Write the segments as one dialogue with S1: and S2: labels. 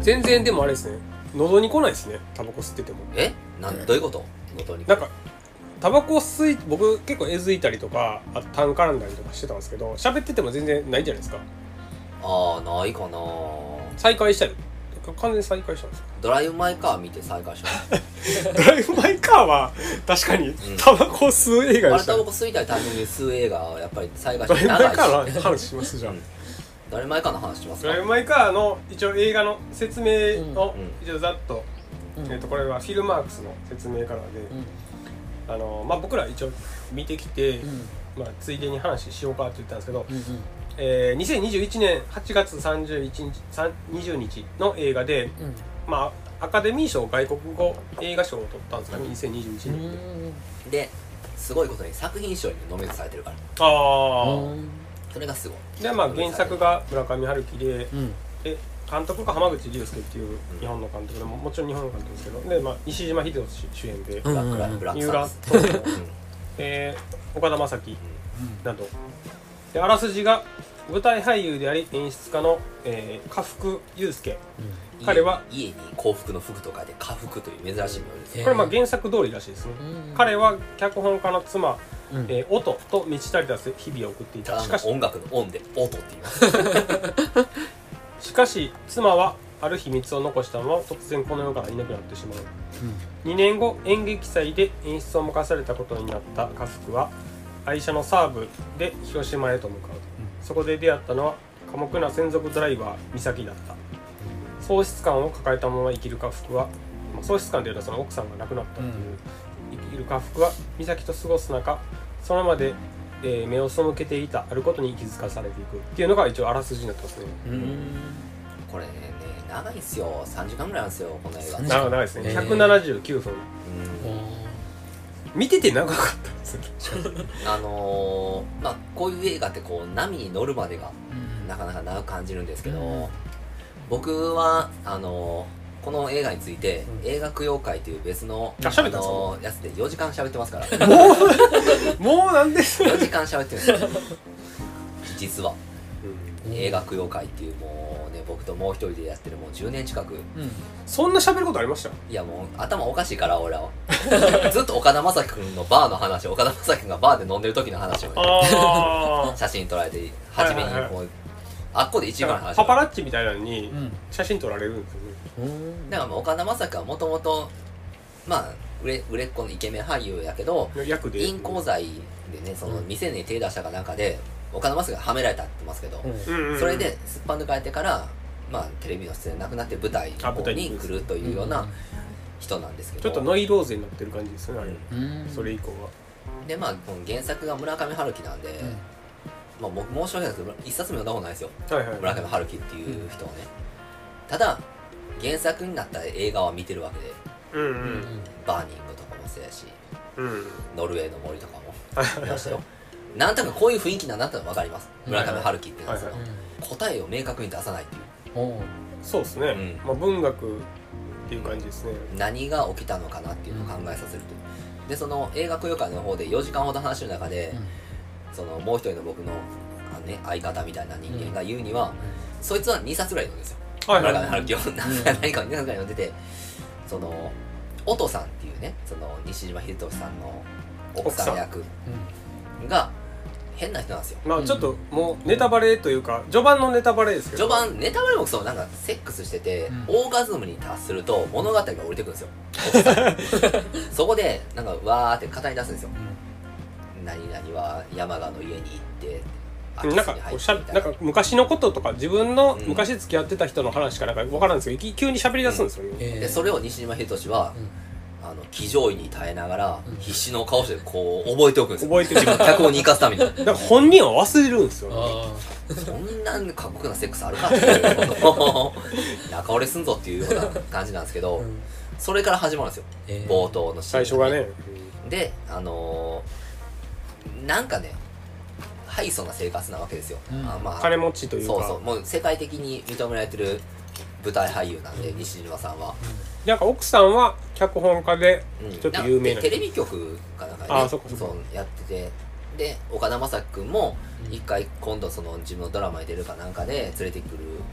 S1: 全然でもあれですね喉に来ないですねタバコ吸ってても
S2: えなんどういうこと喉に
S1: なんかタバコ吸い僕結構えずいたりとかあと痰絡んだりとかしてたんですけど喋ってても全然ないじゃないですか
S2: ああないかな
S1: 再開したり完全に再開したんですか
S2: ドライブ・マイ・カー見て再開しました
S1: ドライブ・マイ・カーは確かに
S2: ん
S1: タバコ吸う映画で
S2: あれ
S1: した
S2: タ
S1: ね
S2: バコ吸いたいタイミングで吸う映画をやっぱり再開
S1: ド
S2: し
S1: ラ
S2: て
S1: イブ・マイ・カ
S2: 長い
S1: ー
S2: し
S1: の話しますじゃん
S2: ドライブ・マイ・カーの話します
S1: ド
S2: か
S1: ライブ・マイ・カーの一応映画の説明を
S2: うんうん
S1: 一応ざっと,、えっとこれはフィルマークスの説明からで、あのまあ、僕ら一応見てきて、まあ、ついでに話しようかって言ったんですけど、えー2021年8月31日さん20日の映画で、まあ、アカデミー賞外国語映画賞を取ったんですかね2021年、
S2: ですごいことに作品賞にノミネートされてるから
S1: あ
S2: それがすごい
S1: あでまあ原作が村上春樹でで監督が浜口竜介っていう日本の監督でももちろん日本の監督ですけどで、まあ、西島秀俊主演で、
S2: ブラックラ
S3: うん
S2: ブラッ
S1: 三
S2: クサ
S1: 浦
S2: ンス
S1: 透
S2: う
S1: 哉
S2: ん
S1: えー岡田将生などであらすじが舞台俳優であり演出家の、えー、家福祐介
S2: 家
S1: 彼は
S2: 家に幸福の服とかで家福という珍しい名字
S3: え
S2: で
S1: これまあ原作通りらしいですね、彼は脚本家の妻、えー、音と満ち足りた日々を送ってい
S2: た
S1: た
S2: だ
S1: しか
S2: の
S1: し
S2: 音楽の音で音って言います
S1: しかし妻はある秘密を残したまま突然この世からいなくなってしまう2年後演劇祭で演出を任されたことになった家福は愛車のサーブで広島へと向かう、そこで出会ったのは寡黙な専属ドライバー美咲だった喪失感を抱えたまま生きる家福はまあ喪失感というのはその奥さんが亡くなったっていう、生きる家福は美咲と過ごす中そのままで、えー目を背けていたあることに気づかされていくっていうのが一応あらすじになってますね
S2: これね長いんですよ3時間ぐらいなんですよこの映画
S3: 三時間
S1: 長い長いですね、
S3: えー
S1: 179分
S2: うん
S1: 見てて長かったですね
S2: あのーまあこういう映画ってこう波に乗るまでがなかなか長く感じるんですけど、
S3: うん
S2: 僕はあのーこの映画について、
S3: うん
S2: 映画供養会という別の
S1: あ喋ったんですか
S2: のーやつで4時間喋ってますから
S1: もうなんです
S2: 4時間喋ってるんですよ実は
S3: うん
S2: 映画供養会っていうもうね僕ともう一人でやってるもう10年近く
S1: そんな喋ることありました
S2: いやもう頭おかしいから 俺はずっと岡田将生君のバーの話岡田将生君がバーで飲んでる時の話をね、
S1: あ
S2: 写真撮られて初めにもう、
S1: はいはい
S2: あっこで一番の話
S1: パパラッチみたいなのに写真撮られるんですよね
S2: だからまあ岡田将生はもともとまあ売れ売れっ子のイケメン俳優やけど
S1: の役で
S2: 銀行罪でねその未成年に手出したかなんかで岡田将生がはめられたって言ってますけど、
S1: うんうん
S2: それですっぱ抜かれてからまあテレビの出演なくなって舞台
S1: あ
S2: の
S1: 舞
S2: 方
S1: 台に
S2: に来るというような人なんですけど
S1: ちょっとノイローゼになってる感じですねあれ、それ以降は
S2: でまあこの原作が村上春樹なんで、まあ僕申し訳ないですけど一冊も読んだことないですよ
S1: はいはい
S2: 村上春樹っていう人をね、ただ原作になった映画は見てるわけで
S1: うんうん
S2: バーニングとかもそうやし
S1: うん
S2: ノルウェーの森とかも見まし たよなんとかこういう雰囲気なんだったら分かります村上春樹ってなんです
S1: はい
S2: 答えを明確に出さないっていう
S1: そうですね、
S2: うん
S1: まあ文学っていう感じですね
S2: 何が起きたのかなっていうのを考えさせるというでその映画供養会の方で4時間ほど話してる中で、そのもう一人の僕のあの、ね、相方みたいな人間が言うには、そいつは2冊ぐらい読んでるんですよ
S1: はいはい
S2: 村上春樹を何
S3: ん
S2: か2冊ぐらい読んでてその音さんっていうねその西島秀俊さんの奥さん役が変な人なんですよ
S1: まあちょっともうネタバレというか序盤のネタバレですけど
S2: 序盤ネタバレもそうなんかセックスしてて、
S3: うん
S2: オーガズムに達すると物語が降りてくるんですよ そこでなんかわーって語り出すんですよ何々は山賀の家に行って空
S1: うん
S2: き
S1: なんか
S2: 巣に
S1: こ
S2: 入
S1: う
S2: っ
S1: しゃ
S2: てみ
S1: なん
S2: たいな
S1: か昔のこととか自分の
S2: うん
S1: 昔付き合ってた人の話かなんか分からんですけどいき急に喋り出すんですよね、
S2: でそれを西島秀俊は、あの気乗位に耐えながら、
S3: うん
S2: 必死の顔してこう覚えておくんですよ
S1: 覚えてる
S2: 自分の脚本に生かすために
S1: なんか本人は忘れるんですよね、
S2: そんな過酷なセックスあるかっていうことを 仲折れすんぞっていうような感じなんですけど、それから始まるんですよ冒頭のシー
S1: 最
S2: ン
S1: 初がね、
S2: であのーなんかねハイソな生活なわけですよ、
S3: うん
S2: あまあ
S1: 金持ちというか
S2: そうそうもう世界的に認められてる舞台俳優なんで、西島さんは、
S1: なんか奥さんは脚本家で
S2: うん
S1: ちょっと有名な
S2: なんかテレビ局かなんかで、
S1: あーそっかそっか
S2: そうやっててで岡田将生君も一回今度その自分のドラマに出るかなんかで連れてく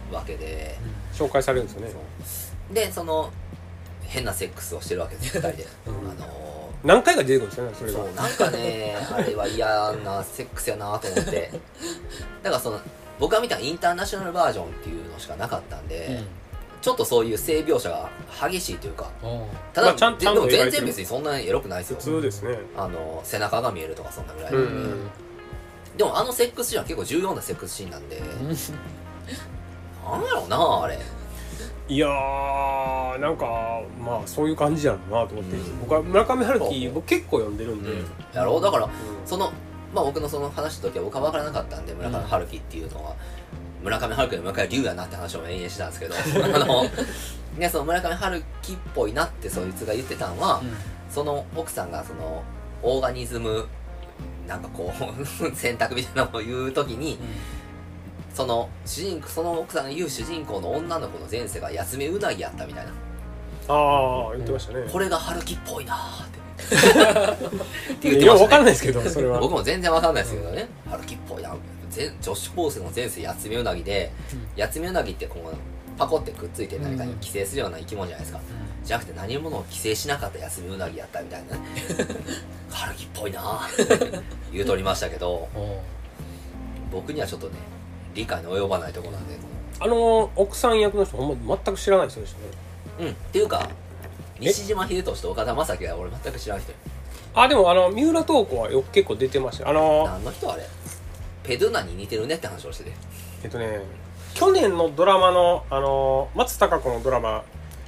S2: るわけで、
S1: 紹介されるんですよね
S2: そうでその変なセックスをしてるわけです2人で、
S1: うん
S2: あの
S1: 何回か出てくるんですよねそ
S2: ー
S1: れが
S2: そうなんか ねあれは嫌なセックスやなと思ってだからその僕が見たインターナショナルバージョンっていうのしかなかったんで、ちょっとそういう性描写が激しいというかただ、
S1: まあちゃん
S2: ででも
S1: ちゃんと描いて
S2: 全
S1: る
S2: 然別にそんなにエロくないです
S1: 普
S2: よ
S1: 通ですね
S2: あの背中が見えるとかそんなぐらいな
S1: うん
S2: んで、でもあのセックスシーンは結構重要なセックスシーンなんで、なんやろうなあれ
S1: いやーなんかまあそういう感じやろうなと思って、
S2: うん
S1: 僕は村上春樹
S2: そう
S1: 僕結構読んでるんで、うん
S2: やろうだからそのまあ僕のその話の時は僕は分からなかったんで村上春樹っていうのは、村上春樹の村上龍やなって話を延々してたんですけどあのねその村上春樹っぽいなってそいつが言ってたんは、その奥さんがそのオーガニズムなんかこう 選択みたいなのを言う時にその主人公その奥さんが言う主人公の女の子の前世が休みうなぎやったみたいな
S1: ああ言ってましたね、
S2: これが春樹っぽいなーって
S1: いやよくわかんないで
S2: い
S1: すけどそれ は
S2: 僕も全然わかんないですけどね、春樹っぽいな全女子高生の前世やつみうなぎで、やつみうなぎってこうパコってくっついて何かに寄生するような生き物じゃないですか、じゃなくて何者を寄生しなかったやつみうなぎやったみ たいなね春樹っぽいなーって 言うとりましたけど僕にはちょっとね理解の及ばないところなんで
S1: あの奥さん役の人ほんま全く知らない人でしたね
S2: うんっていうか
S1: え
S2: 西島秀俊と岡田将生は俺全く知らん人
S1: あでもあの三浦透子はよく結構出てましたよあの
S2: 何の人あれペドゥナに似てるねって話をしてて
S1: えっとね去年のドラマのあの松たか子のドラマ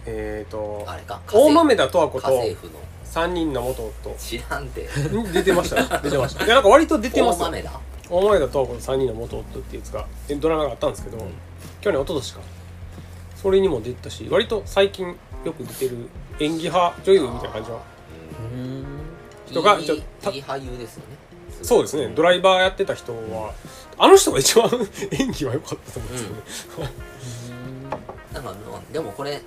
S1: えっ、と
S2: あれか
S1: 大豆田十和子
S2: 家
S1: と
S2: 政婦の
S1: 3人の元夫
S2: 知らんて
S1: に出てました出てましたいやなんか割と出てま
S2: 大
S1: すよ
S2: 豆だ
S1: 大前田十和子の3人の元夫っていうやつがえドラマがあったんですけど、
S2: ん
S1: 去年一昨年かそれにも出てたし割と最近よく出てる演技派女優みたいな感じは人が
S2: いい
S1: ちょた
S2: いい俳優ですよね
S1: そうですねドライバーやってた人はあの人が一番演技は良かったと思うんですよね、
S2: なんかでもこれ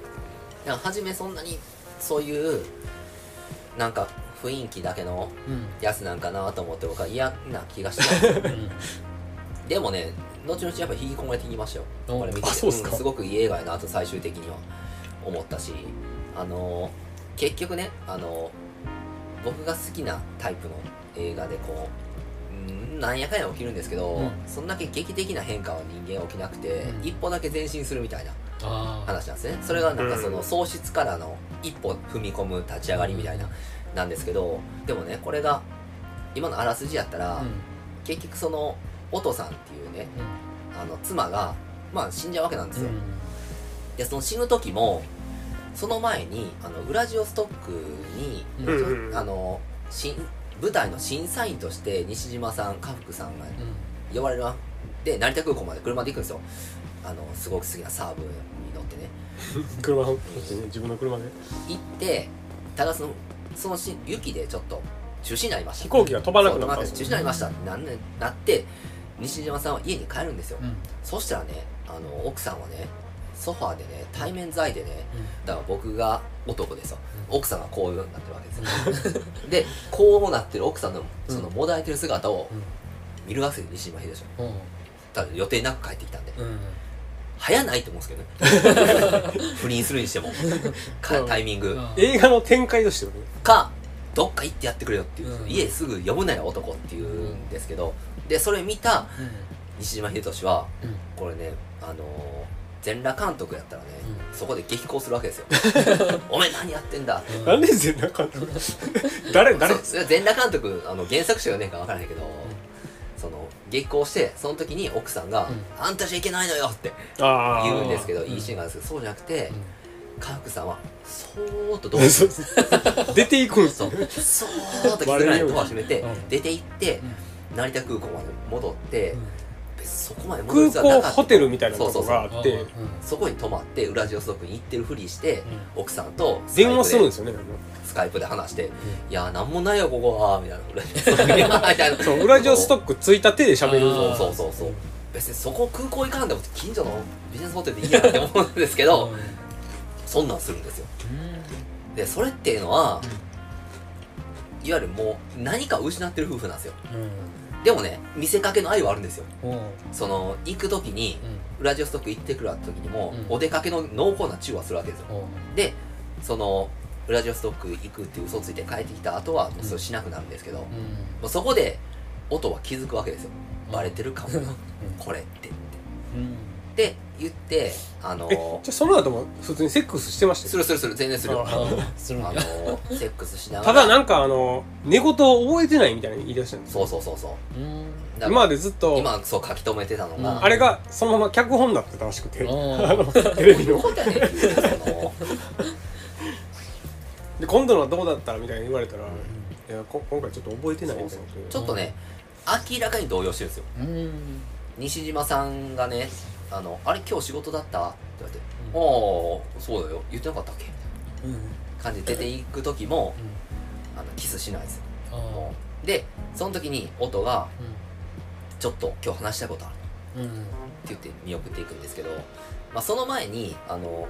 S2: なんか初めそんなにそういうなんか雰囲気だけのやつなんかなと思って僕は嫌な気がし てたでもね後々やっぱ引き込まれていきましたよ
S3: お
S2: これ見てて
S1: あそうっすか
S2: んすごくいい映画やなと最終的には思ったしあのー結局ねあのー僕が好きなタイプの映画でこううんなんやかんや起きるんですけど、
S3: うん
S2: そんだけ劇的な変化は人間起きなくて、
S3: うん
S2: 一歩だけ前進するみたいな話なんですねそれがなんかその喪失からの一歩踏み込む立ち上がりみたいななんですけどでもねこれが今のあらすじやったら、結局そのおとさんっていうねあの妻がまあ死んじゃうわけなんですよ、でその死ぬ時もその前にあのウラジオストックに、
S3: うん
S1: うんうん
S2: あの新舞台の審査員として西島さん家福さんが呼ばれるわで成田空港まで車で行くんですよあのすごく好きなサーブに乗ってね
S1: 車の、ね、自分の車で
S2: 行ってただそのそのし雪でちょっと中止になりました
S1: 飛行機が飛ばなくなったん
S2: そう
S1: ですよ
S2: 飛ばなくなって中止になりましたなんでなって西島さんは家に帰るんですよ、そしたらねあの奥さんはねソファーでね対面在でねだから僕が男ですよ奥さんがこういうようになってるわけですよでこうなってる奥さんのそのもだえてる姿を
S3: うん
S2: 見るわけですよ西島秀俊ただ予定なく帰ってきたんで早ないと思うんですけどね 不倫するにしてもかタイミング
S1: 映画の展開としてはね
S2: かどっか行ってやってくれよっていう、
S3: うん
S2: 家すぐ呼ぶなよ男っていうんですけどでそれ見た西島秀俊はこれねあのー全裸監督やったらね、そこで激高するわけですよお前何やってんだって
S1: なんで全裸監督誰誰
S2: そそれは全裸監督あの原作者がねえか分からないけど、その激高してその時に奥さんが「
S3: うん
S2: あんたじゃいけないのよ」って
S1: あー
S2: 言うんですけど
S3: うん
S2: いいシーンがあるんですけどそうじゃなくて家福さんはそーっとどう
S1: そうそう出ていくんです
S2: そ
S1: よ
S2: う、そーっと気づかないドア閉めて
S3: うん、
S2: 出て行って、成田空港まで戻って、そこまで戻る
S1: 空
S2: 必要は
S1: 港
S2: なかった
S1: ホテルみたいなとこがあ
S3: あ
S1: っ
S3: ってて
S2: そこに泊まって、ウラジオストクに行ってるふりして、奥さんと
S1: 電話するんで
S2: ス
S1: すよね
S2: カイプでスカイプで話して、いやー、なんもないよ、ここは、みたいな。ウラジオストクには、みたいな。
S1: そうウラジオストックついた手で喋る
S2: そ
S1: の
S2: うそうそうそう。別にそこ空港行かんでも近所のビジネスホテルでいいやって思うんですけど、そんなんするんですよ。で、それっていうのは、いわゆるもう何かを失ってる夫婦なんですよ。でもね見せかけの愛はあるんですよ
S3: おう
S2: その行く時に
S3: う
S2: ウラジオストク行ってくる時にも、
S3: うん
S2: お出かけの濃厚なチューはするわけですよ
S3: んおう
S2: でそのウラジオストク行くっていう嘘ついて帰ってきた後はもうそれしなくなるんですけど、も
S3: う
S2: うそこで音は気づくわけですよ
S3: ん
S2: バレてるかもなこれってっ
S3: うん
S2: て言ってあの
S1: えじゃあその後も普通にセックスしてました
S2: す
S1: よ
S2: るするする全然するよ
S1: あ
S2: あ
S3: あ
S2: の
S3: ーするんや
S2: セックスしなが
S1: た
S2: ら
S1: だなんかあの寝言を覚えてないみたいな言い出したんです
S2: そ
S1: よ
S2: うそうそうそう
S3: うん
S1: 今
S2: だから
S1: までずっと
S2: 今そう書き留めてたのが、
S3: うん
S1: あれがそのまま脚本になってたらしくて
S3: うん
S1: あのテレビの
S2: ことやねんっていうその
S1: で今度のはどうだったみたいに言われたら、いやこ今回ちょっと覚えてないみたいなこと言われて
S2: ちょっとね明らかに動揺してるんですよ
S3: うん
S2: 西島さんがね「あのあれ今日仕事だった?」って言われて「
S3: う
S2: おおそうだよ言ってなかったっけ?」みたい
S3: うん
S2: な感じで出ていく時もあのキスしないんですよ
S3: あー
S2: もうでその時に音が
S3: う
S2: 「ちょっと今日話したいことある」
S3: んうん
S2: って言って見送っていくんですけど、まあ、その前にあの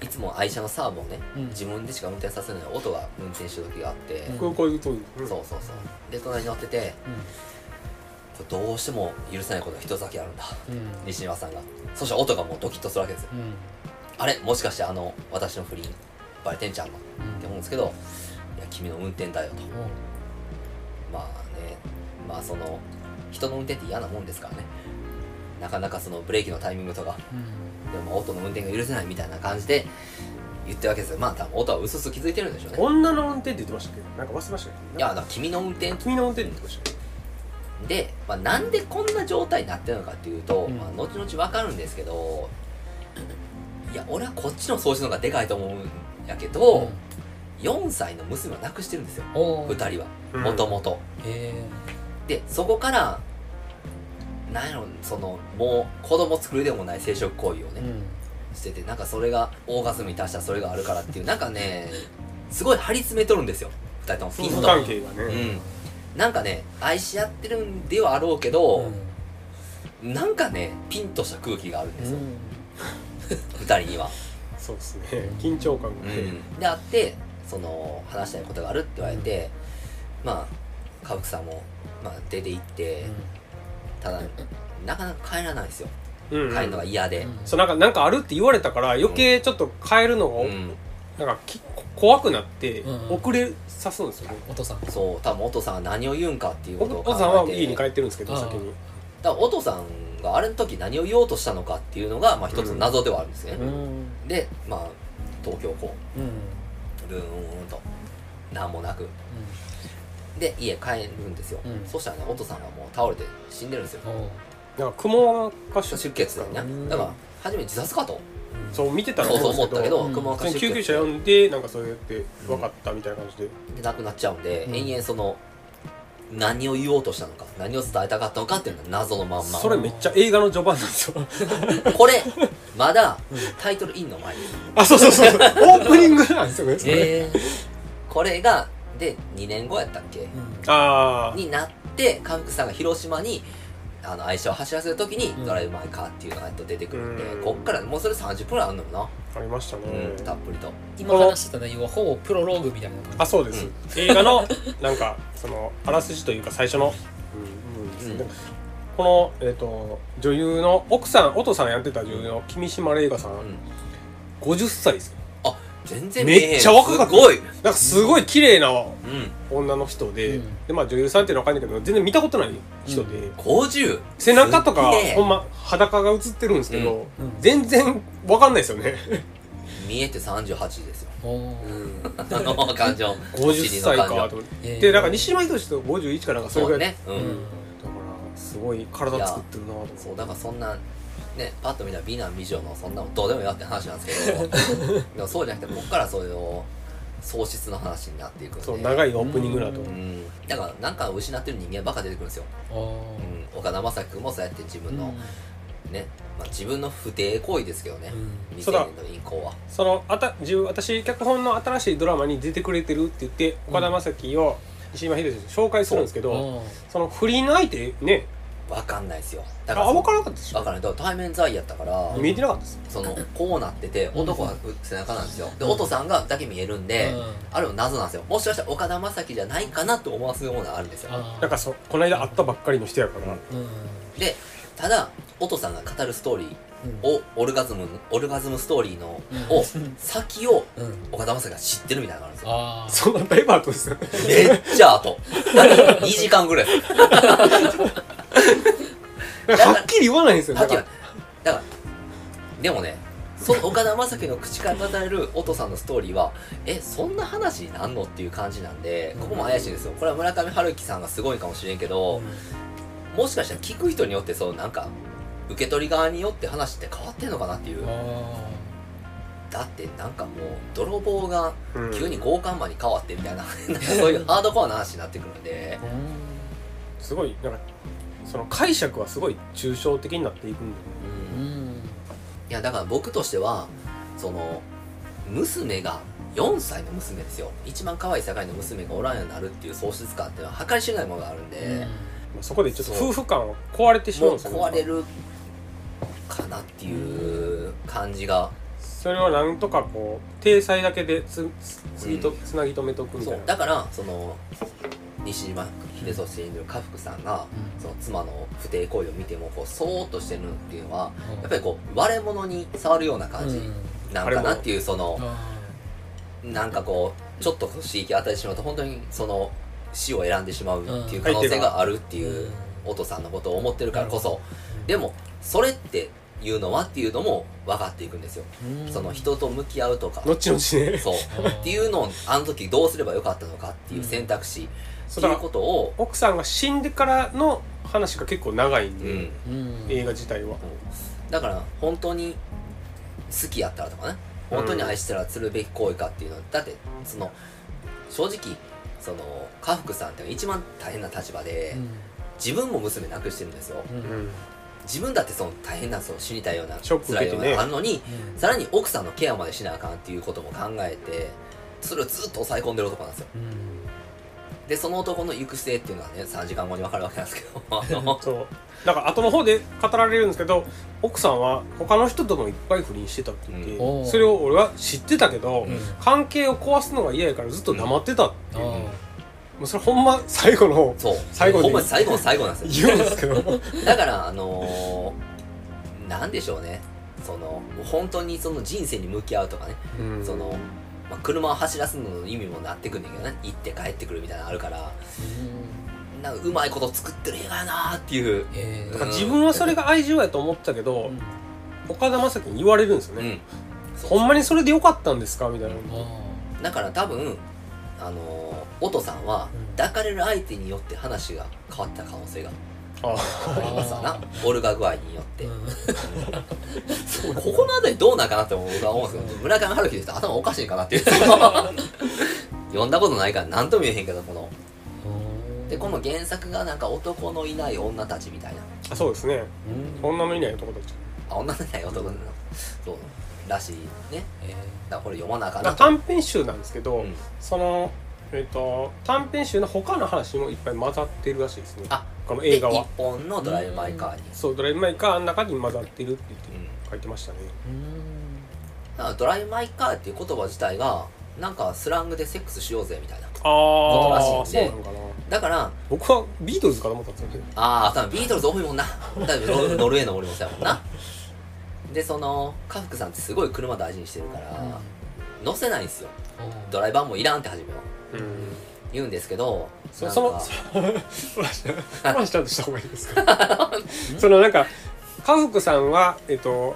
S2: いつも愛車のサーブをね
S3: うん
S2: 自分でしか運転させない音が運転してる時があって、
S3: うん
S1: こうこういうことに、うん
S2: そうそうそうで隣に乗っててこれどうしても許せないことが一つだけあるんだ
S3: うん
S2: 西島さんがそしたら音がもうドキッとするわけですよ
S3: うん
S2: あれもしかしてあの私の不倫バレてんちゃうのっ
S3: うん
S2: て思うんですけどいや君の運転だよと
S3: おう
S2: まあねまあその人の運転って嫌なもんですからねなかなかそのブレーキのタイミングとか
S3: うん
S2: でも音の運転が許せないみたいな感じで言ってるわけですよまあ多分音はうすうす気づいてるんでしょうね
S1: 女の運転って言ってましたっけどなんか忘れましたけど
S2: いやだから君の運転
S1: 君の運転って言ってましたっ
S2: で、まあ、なんでこんな状態になってるのかっていうと、
S3: うん
S2: まあ、後々わかるんですけどいや俺はこっちの掃除の方がでかいと思うんやけど、4歳の娘を亡くしてるんですよ
S3: おう
S2: 2人は
S1: け
S2: もともと
S3: え
S2: でそこからなんやろそのもう子供作るでもない生殖行為を
S3: ーう
S2: ね、
S3: ん
S2: しててなんかそれがオーガズムに達したらそれがあるからっていうなんかねすごい張り詰めとるんですよ2人ともピ
S1: 夫
S2: ン
S1: 婦
S2: と
S1: 関係が
S2: う
S1: ね、
S2: んなんかね愛し合ってるんではあろうけど、なんかねピンとした空気があるんですよ、2人には、
S1: そうですね 緊張感がね、
S2: であってその話したいことがあるって言われて、まあ歌舞伎さんも、まあ、出て行って、ただなかなか帰らないんですよ
S1: うん
S2: 帰るのが嫌で、
S1: そうなんかなんかあるって言われたから余計ちょっと変えるのが、
S2: うん
S1: なんかき怖くなって
S3: うん
S1: 遅れさすんですよね、
S3: お父さん
S2: そう多分お父さんが何を言うんかっていう
S1: お
S2: ことを考
S1: お父さんは
S2: えて
S1: 家に帰ってるんですけど先に
S2: だからお父さんがあれの時何を言おうとしたのかっていうのが、まあ、一つの謎ではあるんですね、
S3: ん
S2: でまあ東京こ
S3: うん
S2: うルーンと何もなくで家帰るんですよ、
S3: うん
S2: そしたらねお父さんがもう倒れて死んでるんですよ
S3: おう
S1: なんか雲が出
S2: 出血で
S1: ね
S2: ねだから初め自殺かと
S1: そう見てたら
S2: そうそう思ったけど
S3: うん
S2: くも
S1: 普通
S2: 膜
S1: に
S2: 下
S1: 救
S2: 出
S1: 急
S2: 血
S1: 車呼
S2: で
S1: んでなんかそうやって分かったみたいな感じで、
S2: 亡くなっちゃうんで
S3: うん
S2: 延々その何を言おうとしたのか何を伝えたかったのかっていうのは謎のまんま
S1: それめっちゃ映画の序盤なんですよ
S2: これまだタイトルインの前に
S1: あそうそうそうそうオープニングなんですよねそれ、
S3: ええ
S2: これがで2年後やったっけ
S1: ああ
S2: になって韓国さんが広島にあの愛車を走らせる時に
S3: う
S2: 「
S3: ん
S2: ドライブ・マイ・カー」っていうのがやっと出てくるんで
S1: うん
S2: こっからもうそれ30分ぐらいあんのもな
S1: ありましたね、
S2: うんたっぷりと
S3: 今話してた内容はほぼプロローグみたいな
S1: あ
S3: 感
S1: そうです、
S2: うん
S1: 映画のなんかそのあらすじというか最初の、うん部分ですねこの、えっと女優の奥さんお父さんやってた女優の君島玲香さん、
S2: うん
S1: 50歳ですよ
S2: 全然
S1: めっ
S2: 見えへん
S1: ちゃ若かった
S2: すごい
S1: なんかすごい綺麗な
S2: うん
S1: 女の人で,、
S3: うん
S1: でまあ、女優さんっていうのは分かんないけど全然見たことない人で、
S2: 50
S1: 背中とか
S2: すっげえ
S1: ほんま裸が映ってるんですけど、
S3: うんうん
S1: 全然分かんないですよね、
S2: 見えて38ですよ
S3: じおう
S2: あの 感情
S1: 50歳かと思って、
S3: ええ
S1: でなんか西島秀俊と51かなんかそれ
S2: そ
S1: ぐ
S2: う
S1: らい
S2: ねう
S3: うん
S2: ん
S1: だからすごい体作ってるなと思って
S2: そうだからそんなねパッと見たら美男美女のそんなのどうでもよって話なんですけど でもそうじゃなくてここからそういう喪失の話になっていくんで
S1: そう長
S2: い
S1: いオープニングだと、
S2: うんだからなんか失ってる人間ばっか出てくるんですよ、
S3: おう
S2: うん、岡田将生君もそうやって自分の、
S3: う
S2: ね、まあ、自分の不貞行為ですけどね、
S3: ん
S1: そうだ
S2: 2000年の以降は
S1: そのあた自分私脚本の新しいドラマに出てくれてるって言って
S3: うん
S1: 岡田将生を西島秀俊に紹介するんですけど、
S3: おう
S1: その不倫の相手ね
S2: わかんないですよだから
S1: あ
S2: その
S1: 分からなかったでしょ
S2: わからないだから対面在やったから
S1: 見えてなかったです
S2: そのこうなってて男は背中なんですよで
S3: うん
S2: 音さんがだけ見えるんで、あれも謎なんですよもしかしたら岡田将生じゃないかなと思わすようなあるんですよ
S3: あー
S1: なんかそこの間会ったばっかりの人やから、
S3: うん
S2: でただ音さんが語るストーリ
S3: うん
S2: ーをオルガズムオルガズムストーリーの
S3: うん
S2: を先を
S3: うん
S2: 岡田将生が知ってるみたいなのがあるんですよ
S3: ああ
S1: そんなダイバートですよね
S2: めっちゃ後2時間ぐらいです
S1: はっきり言わないんですよだ
S2: はっき
S1: か
S2: り
S1: ら
S2: だからでもねその岡田将生の口から語る音さんのストーリーはえそんな話になんのっていう感じなんでここも怪しいんですよこれは村上春樹さんがすごいかもしれんけどもしかしたら聞く人によってそうなんか受け取り側によって話って変わってんのかなっていう
S3: あ
S2: だってなんかもう泥棒が
S1: うん
S2: 急に強姦魔に変わってみたいななんかそういうハードコアな話になってくるんで
S3: ーうん
S1: すごいなんかその解釈はすごい抽象的になっていくんで
S2: うん
S3: うん
S2: いやだから僕としてはその娘が4歳の娘ですよ一番可愛い盛りの娘がおらんようになるっていう喪失感っていうのは計り知れないものがあるんで、
S1: まあそこでちょっと
S2: そう
S1: 夫婦感は壊れてしまう
S2: も
S1: ん
S2: う
S1: ですよ
S2: 壊れるかなっていう感じが、
S1: それをなんとかこう体裁だけでつつつぎと、
S2: うん
S1: つなぎ止めとくみ
S2: そ
S1: た
S2: う
S1: いな
S2: だからその西島秀俊演じる家福さんがその妻の不貞行為を見てもこうそーっとしてるのっていうのはやっぱりこう割れ物に触るような感じなんかなっていうそのなんかこうちょっとこう刺激を与えてしまうと本当にその死を選んでしまうっていう可能性があるっていうお父さんのことを思ってるからこそでもそれっていうのはっていうのも分かっていくんですよその人と向き合うとか
S1: 後々ね
S2: そう
S3: うん
S2: っていうのをあの時どうすればよかったのかっていう選択肢って
S1: そうだ
S2: い
S1: か
S2: う
S1: ら
S2: ことを
S1: 奥さんが死んでからの話が結構長いん
S2: う
S1: で、
S2: ん
S3: うん
S1: 映画自体は
S2: だから本当に好きやったらとかね本当に愛したらするべき行為かっていうのはだってその正直その家福さんって一番大変な立場で、自分も娘亡くしてるんですよ
S3: うん
S1: うん
S2: 自分だってその大変なその死にたいような
S1: ショック受
S2: 辛
S1: け
S2: い
S1: て
S2: よ
S1: ね
S2: うなあるのにさらに奥さんのケアまでしなあかんっていうことも考えてそれをずっと抑え込んでる男なんですよ
S3: うん
S2: でその男の行く末っていうのはね3時間後に分かるわけなんですけどあの
S1: そうだから後の方で語られるんですけど奥さんは他の人ともいっぱい不倫してたって言って、
S2: うん
S3: おー
S1: それを俺は知ってたけど、
S2: うん
S1: 関係を壊すのが嫌やからずっと黙ってたっていう、も
S3: あ
S1: うそれほんま最後の方
S2: そう
S1: 最後に
S2: ほんまに最後の最後なんですよ
S1: 言うんですけど
S2: だからあのー、なんでしょうねその本当にその人生に向き合うとかね、
S1: うん
S2: その、まあ、車を走らすのの意味もなってくるんだけどね行って帰ってくるみたいなのあるからなんかうまいこと作ってる映画やなーっていう
S3: え
S1: だから自分はそれが愛情やと思ってたけど、岡田将生に言われるんですよ
S2: う
S1: ね、
S2: んそう
S1: ほんまにそれでよかったんですかみたいな、
S2: だから多分あのー、音さんは
S3: うん
S2: 抱かれる相手によって話が変わった可能性が
S1: あ
S2: ありますわなオルガ具合によって、
S3: う
S2: ここの辺りどうなんかなって僕は思うんですけど村上春樹ですと頭おかしいかなっていう読んだことないから何とも言えへんけどこの
S3: ん
S2: でこの原作がなんか男のいない女たちみたいな
S1: あそうですね
S3: うん
S1: 女のいない男たち
S2: あ女のいない男のそうらしいね
S3: え
S2: だからこれ読まなあかん
S1: だ
S2: な
S1: から短編集なんですけど、
S2: うん
S1: そのえっ、と短編集の他の話もいっぱい混ざってるらしいですね
S2: あ
S1: この
S2: で
S1: 映画
S2: 一
S1: は
S2: 本のドライブ・マイ・カーに、
S1: そうドライブ・マイ・カーの中に混ざってるって言って
S2: うん
S1: 書いてましたね
S3: うん
S2: だからドライブ・マイ・カーっていう言葉自体がなんかスラングでセックスしようぜみたいな
S1: ああ
S2: ことらしい
S1: そ
S2: ん
S1: うな
S2: で
S1: のかな
S2: だから
S1: 僕はビートルズかと思ったんですよね
S2: ああ多分ビートルズ多いもん なだってノルノルウェーの俺もそうやもんなでその家福さんってすごい車大事にしてるから乗せないんですよドライバーもいらんって初めは
S1: うん
S2: 言うんですけど
S1: そ
S2: なん
S1: その
S2: か
S1: そそらしたそらしたとした方がいいですか そのなんか家福さんはえっと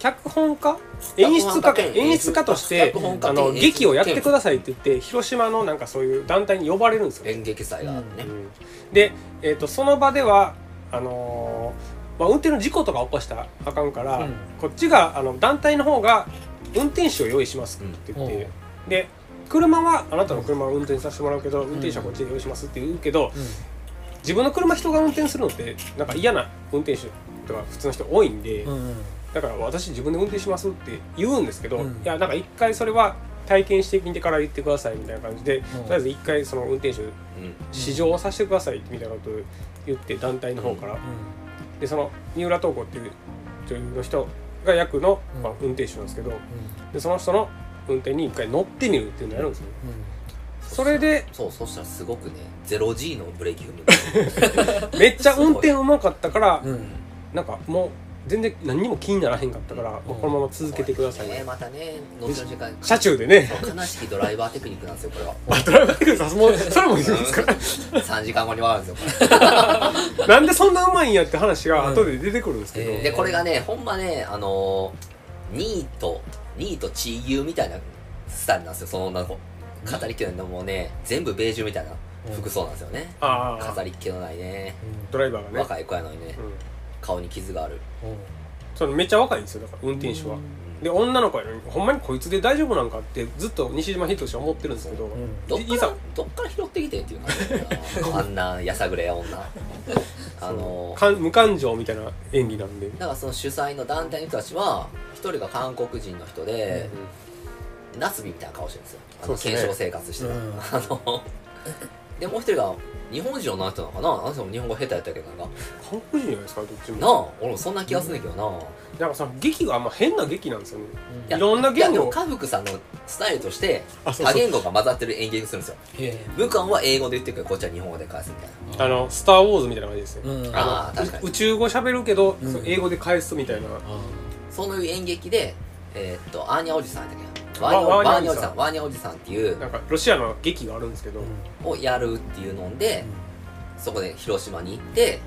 S1: 脚本家演出家か
S2: 脚本家兼
S1: 演出家として
S2: 脚本家
S1: あ
S2: 兼
S1: の
S2: 演出
S1: 劇をやってくださいって言って広島のなんかそういう団体に呼ばれるんですよ
S2: 演劇祭があってね
S1: うんで、えー、とその場ではあのーまあ、運転の事故とか起こしたらあかんから、
S3: うん
S1: こっちがあの団体の方が運転手を用意しますって言って、で車はあなたの車を運転させてもらうけど運転手はこっちで用意しますって言うけど、自分の車人が運転するのってなんか嫌な運転手とか普通の人多いんで、
S3: うん
S1: だから私自分で運転しますって言うんですけど、
S3: うん
S1: いやなんか一回それは体験してみてから言ってくださいみたいな感じで、
S3: ん
S1: とりあえず一回その運転手
S2: うん
S1: 試乗をさせてくださいみたいなことを言って団体の方から、
S3: う
S1: でその三浦透子っていう女優の人が役の、
S3: うん
S1: まあ、運転手なんですけど
S3: ん
S1: でその人の運転に一回乗ってみるっていうのをやるんですよ
S3: うんうん
S1: それで
S2: そうそしたらすごくね 0G のブレーキ踏 む
S1: めっちゃ運転うまかったから
S3: うん
S1: なんかもう全然何にも気にならへんかったから、まあこのまま続けてください、
S2: ねまたね後の時間
S1: 車中でね
S2: そう悲しきドライバーテクニックなんですよ これは
S1: あドライバークルさもうそれもいいんですか
S2: 3時間後にわかるんですよこれ
S1: なんでそんなうまいんやって話が後で出てくるんですけど、
S3: うんえ
S2: でこれがねほんまねあのーニートニートチーユーみたいなスタイルなんですよその女の子語りっきのないもうね全部ベージュみたいな服装なんですよね
S1: ああ
S2: 飾りっ気のないね
S1: ドライバーがね、
S2: 若い子やのにね
S1: うん、
S2: 顔に傷がある
S3: うん
S1: そのめっちゃ若いんですよだから運転手は、
S2: うん
S1: で女の子やのにほんまにこいつで大丈夫なんかってずっと西島秀俊は思ってるんですけど、
S3: うん
S2: どっ
S1: い
S2: か
S1: ざ
S2: らどっから拾ってきてんっていう感 じだなあんなやさぐれや女あの
S1: かん無感情みたいな演技なんで、
S2: だからその主催の団体の人たちは一人が韓国人の人で、ナスビみたいな顔してるんですよあ
S1: そう
S2: の
S1: っすね
S2: 検証生活してた、
S3: うん
S2: あのでもう一人が日本人の人なのかなあの人も日本語下手やったけどなんか
S1: 韓国人じゃないですかどっちも
S2: なあ俺もそんな気がするんだけどな、
S1: なんかその劇があんま変な劇なんですよね
S3: い
S2: や
S3: や
S1: いろんな言語
S2: いやでも家福さんのスタイルとして
S1: あそう
S2: 多
S1: そう
S2: 言語が混ざってる演劇するんですよ
S3: いやいや
S2: 武漢は英語で言ってるけどこっちは日本語で返すみたいな
S1: あの「スター・ウォーズ」みたいな感じですね、
S3: うん
S1: あの
S2: あー確かに
S1: 宇宙語喋るけど、
S3: うん
S1: そう英語で返すみたいな、
S2: そういう演劇でえーっとアーニャおじさんやったっけな
S1: わ
S2: ワーニャ
S1: ワ
S2: お
S1: ーニャお
S2: じ
S1: じ
S2: さ
S1: さん
S2: んワーニャおじさんっていう
S1: なんかロシアの劇があるんですけど、
S2: をやるっていうのでそこで広島に行って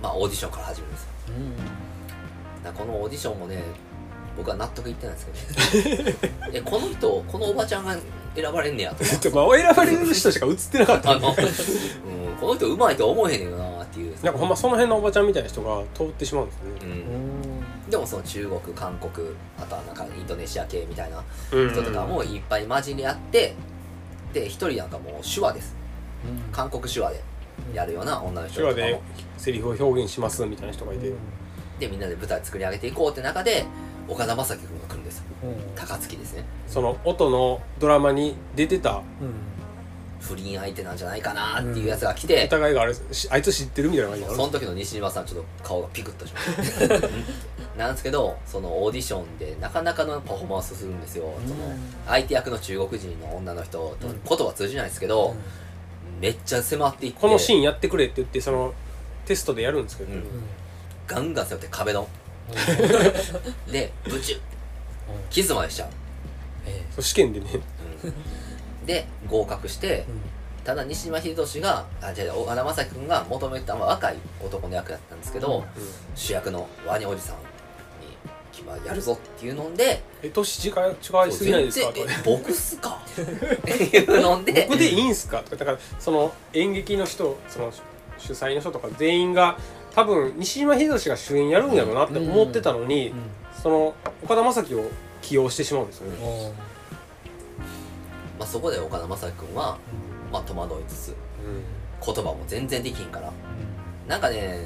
S2: まあオーディションから始めるんですよだからこのオーディションもね僕は納得いってないんです けど、ね、えこの人このおばちゃんが選ばれんねやと
S1: ちょっとまあ選ばれる人しか映ってなかった
S2: あの、うん、この人うまいとは思えへんねんなっていう
S1: なんかほんまその辺のおばちゃんみたいな人が通ってしまうんですよね
S2: う
S3: うんん
S2: でもその中国韓国あとはなんかインドネシア系みたいな
S1: うん
S2: 人とかもいっぱい混じり合ってで一人なんかもう手話です
S3: うん
S2: 韓国手話でやるような女の人
S1: 手
S2: とか
S1: 話
S2: も
S1: でセリフを表現しますみたいな人がいて、
S2: でみんなで舞台作り上げていこうって中で岡田将生君が来るんですよ
S3: うん
S2: 高槻ですね
S1: その音のドラマに出てた
S2: 不倫相手なんじゃないかなっていうやつが来て、
S1: お互いがあれしあいつ知ってるみたいな感じになる
S2: その時の西島さんちょっと顔がピクッとしまし たうんなんですけどそのオーディションでなかなかのパフォーマンスするんですよ、その相手役の中国人の女の人と
S3: うん
S2: 言葉通じないですけど、めっちゃ迫っていって
S1: このシーンやってくれって言ってそのテストでやるんですけど、
S2: うん
S3: うん
S2: ガンガン迫って壁のでブチュッキスまでしちゃう、
S3: え
S1: そう試験でね
S2: うんで合格して
S3: え
S2: ただ西島秀俊があ違う違う岡田将生君が求めてたのは若い男の役だったんですけど、主役のワニおじさんに決まやるぞっていうので
S1: え年違い違いすぎないですかと
S2: 全
S1: か
S2: 然えボク スかっていうので
S1: 僕でいいんすかとかだからその演劇の人その主催の人とか全員が多分西島秀俊が主演やるんやろうなって思ってたのに、
S3: うん
S1: その岡田将生を起用してしまうんですよね、
S3: おー
S2: まあ、そこで岡田将生君は、まあ、戸惑いつつ言葉も全然できんからなんかね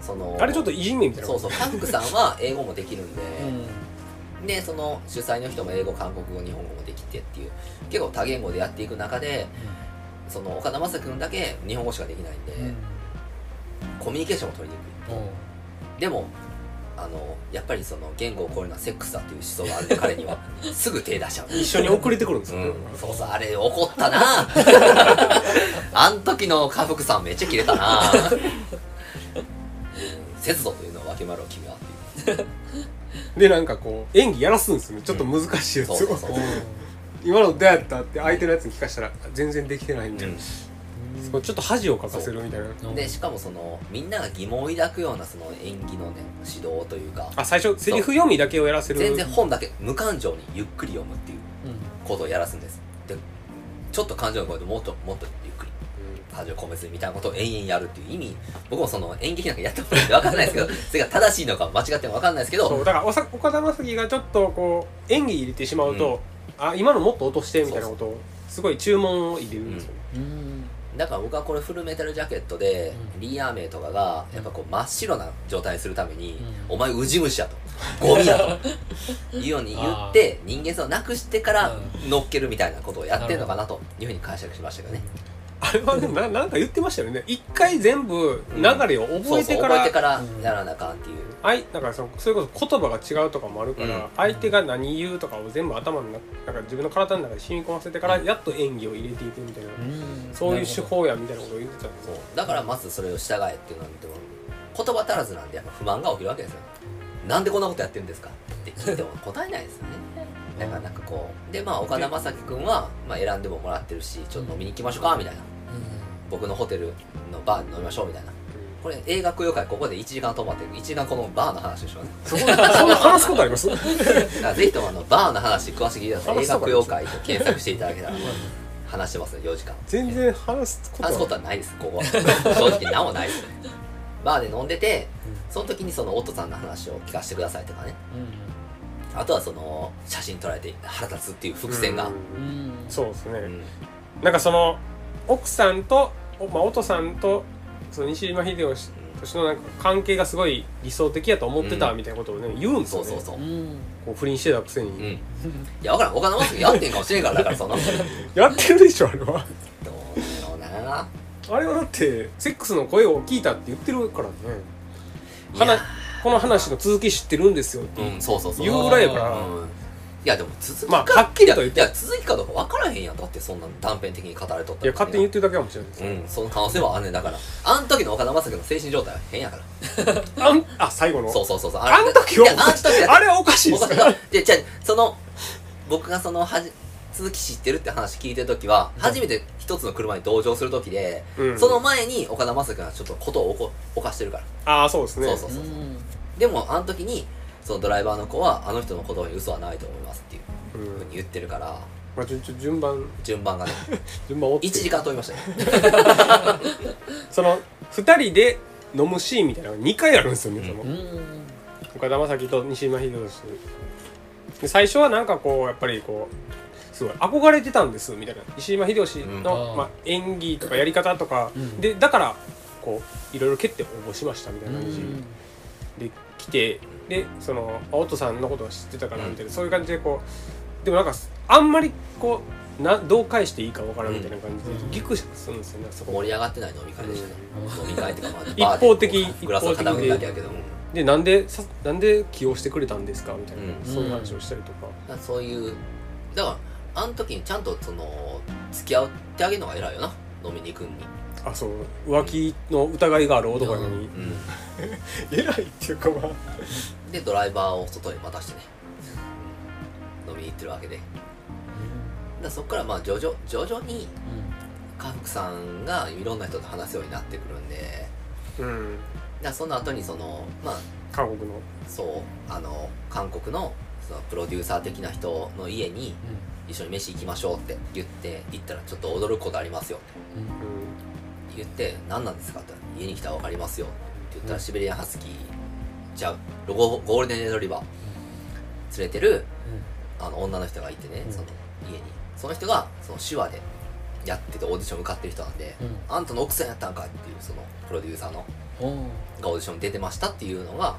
S2: その
S1: あれちょっといじめみたいな
S2: そうそうパンクさんは英語もできるんで、
S3: うん
S2: でその主催の人も英語韓国語日本語もできてっていう結構多言語でやっていく中でその岡田将生君だけ日本語しかできないんで、
S3: うん
S2: コミュニケーションも取りにくい
S3: おー
S2: でもあのやっぱりその言語を超えるのはセックスだっていう思想があるんで彼に はすぐ手出しちゃう
S1: 一緒に遅れてくるんです
S2: う
S1: よ、
S2: ん、そうそうあれ怒った なあん時の家福さんめっちゃキレた な節度というのはわけまるを君はって
S1: でなんかこう演技やらすんですよねちょっと難しい
S2: い
S1: や
S2: うそ
S1: つ
S2: う
S1: を、
S2: そうそう
S3: お
S1: 今のどうやったって相手のやつに聞かしたら全然できてないみたいな、
S2: う
S1: そこちょっと恥をかかせるみたいな
S3: ー
S2: んでしかもそのみんなが疑問を抱くようなその演技のね指導というか
S1: あ最初セリフ読みだけをやらせる
S2: 全然本だけ無感情にゆっくり読むっていうことをやらすんですでちょっと感情の声でもっともっとゆっくり感情込めずみたいなことを延々やるっていう意味僕もその演劇なんかやったことないんで分かんないですけどそれが正しいのか間違っても分かんないですけ
S1: そうだ
S2: ど
S1: からおさ岡田将生がちょっとこう演技入れてしまうと、あ今のもっと落としてみたいなことをすごい注文を入れるんですよね、
S3: うん
S2: だから僕はこれフルメタルジャケットで
S3: うん
S2: リー・アーメイとかがやっぱこう真っ白な状態にするために「
S3: うん
S2: お前ウジ虫や」と「ゴミや」というように言って人間性をなくしてから乗っけるみたいなことをやってるのかなというふうに解釈しましたけどね
S1: あれはねななんか言ってましたよね一回全部流れを覚えてから、
S2: そうそう覚えてからやらなあかんっていう、
S1: あいだからそのそれこそ言葉が違うとかもあるから、
S2: うん
S1: 相手が何言うとかを全部頭の中なんか自分の体の中で染み込ませてからやっと演技を入れていくみたいな、
S3: うん
S1: そういう手法やみたいなことを言ってたんです
S2: そう
S1: よ
S2: だからまずそれを従えっていうのは見ても言葉足らずなんでやっぱ不満が起きるわけですよなんでこんなことやってるんですかって聞いても答えないですよねなかなかこうでまあ岡田将生君は、まあ、選んでももらってるしちょっと飲みに行きましょうかみたいな僕のホテルのバーで飲みましょうみたいなこれ映画供養会ここで1時間泊まって1時間このバーの話をしま
S1: そ
S2: す
S1: んなそんな話すことあります
S2: だからぜひともあのバーの話詳しく聞いてください
S1: 話
S2: 映
S1: したこ
S2: 画
S1: と
S2: 供
S1: あります
S2: 養会と検索していただけたら話してますね4時間
S1: 全然話すこと
S2: 話すことはないですここは正直何もないですバーで飲んでてその時にそのオットさんの話を聞かせてくださいとかねあとはその写真撮られて腹立つっていう伏線が、
S1: うん
S3: うん
S1: そうですね、
S2: うん
S1: なんかその奥さんと、おまあ、おとさんとその西島秀俊のなんか関係がすごい理想的やと思ってたみたいなことをね、言うんです
S2: そ
S1: よ
S2: う
S1: ね
S2: そうそう、
S3: うんうん
S1: こう不倫してたくせに、
S2: うんいや分からん他のマスクやってんかもしれんからだから そんなもん
S1: やってるでしょあれは
S2: どうなのな
S1: あれはだってセックスの声を聞いたって言ってるからね
S2: いや
S1: 話この話の続き知ってるんですよって
S2: うんそうそうそう
S1: 言うぐらいやから、
S2: うんいやでも続き
S1: まあはっきりとは言って
S2: いや続きかどうか分からへんやんだってそんな断片的に語られとったら
S1: いや勝手に言ってるだけかもしれないです、
S2: うんその可能性はあんねんだからあん時の岡田将生の精神状態は変やから
S1: あんあ最後の
S2: そうそうそうそう
S1: あん時はい
S2: やあん時 は
S1: あれはおかしい です
S2: 僕
S1: から
S2: がでじゃあその僕がそのはじ続き知ってるって話聞いてる時は初めて一つの車に同乗する時で、
S1: うん
S2: その前に岡田将生がちょっとことを起こ犯してるから、
S1: ああそうですね
S2: そうそうそうでもあの時にそのドライバーの子はあの人の言葉に嘘はないと思いますっていう
S1: うん
S2: ふうに言ってるから
S1: まあ、ちょちょ順番
S2: 順番 がね
S1: 順番追って
S2: 1時間飛びましたよ
S1: その2人で飲むシーンみたいなのが2回あるんですよね、その
S3: うんうん
S1: 岡田将生と西島秀俊で最初はなんかこうやっぱりこうすごい憧れてたんですみたいな西島秀俊の、
S3: うん
S1: まあ、演技とかやり方とか、
S3: うん
S1: でだからこういろいろ蹴って応募しましたみたいな感じ
S3: うん
S1: で来てでその青戸さんのことは知ってたからみたいな、
S2: うん
S1: そういう感じでこうでもなんかあんまりこうなどう返していいかわからんみたいな感じで、
S3: うん
S1: ギクシャクするんですよねあそこ
S2: 盛り上がってない飲み会でしたね、飲み会っていうかまあ
S1: 一方的
S2: バーでグラスを傾けるだけやけども
S1: でなんでさなんで起用してくれたんですかみたいな、
S2: うん
S1: そういう話をしたりとか、
S2: だからそういうだからあの時にちゃんとその付き合ってあげるのが偉いよな飲みに行くんに
S1: あそう浮気の疑いがある男やのに、
S2: う
S1: 偉いっていうかまあ
S2: んでドライバーを外に待たしてね飲みに行ってるわけでだからそこからまあ徐々徐々に家福さんがいろんな人と話すようになってくるんでだ
S1: うん
S2: からその後にそのまあ
S1: 韓国の
S2: そうあの韓国のそのプロデューサー的な人の家に一緒に飯行きましょうって言って行ったらちょっと驚くことありますよって
S3: うんうん
S1: う
S2: 言って「何なんですか?」って言ったら「家に来たら分かりますよ」って言ったら、シベリアンハスキーじゃあロゴゴールデンレトリバー連れてるあの女の人がいてね、
S3: うん
S2: その家にその人がその手話でやっててオーディション受かってる人なんで、
S3: うん
S2: あんたの奥さんやったんかっていうそのプロデューサーの
S3: うんうん
S2: がオーディションに出てましたっていうのが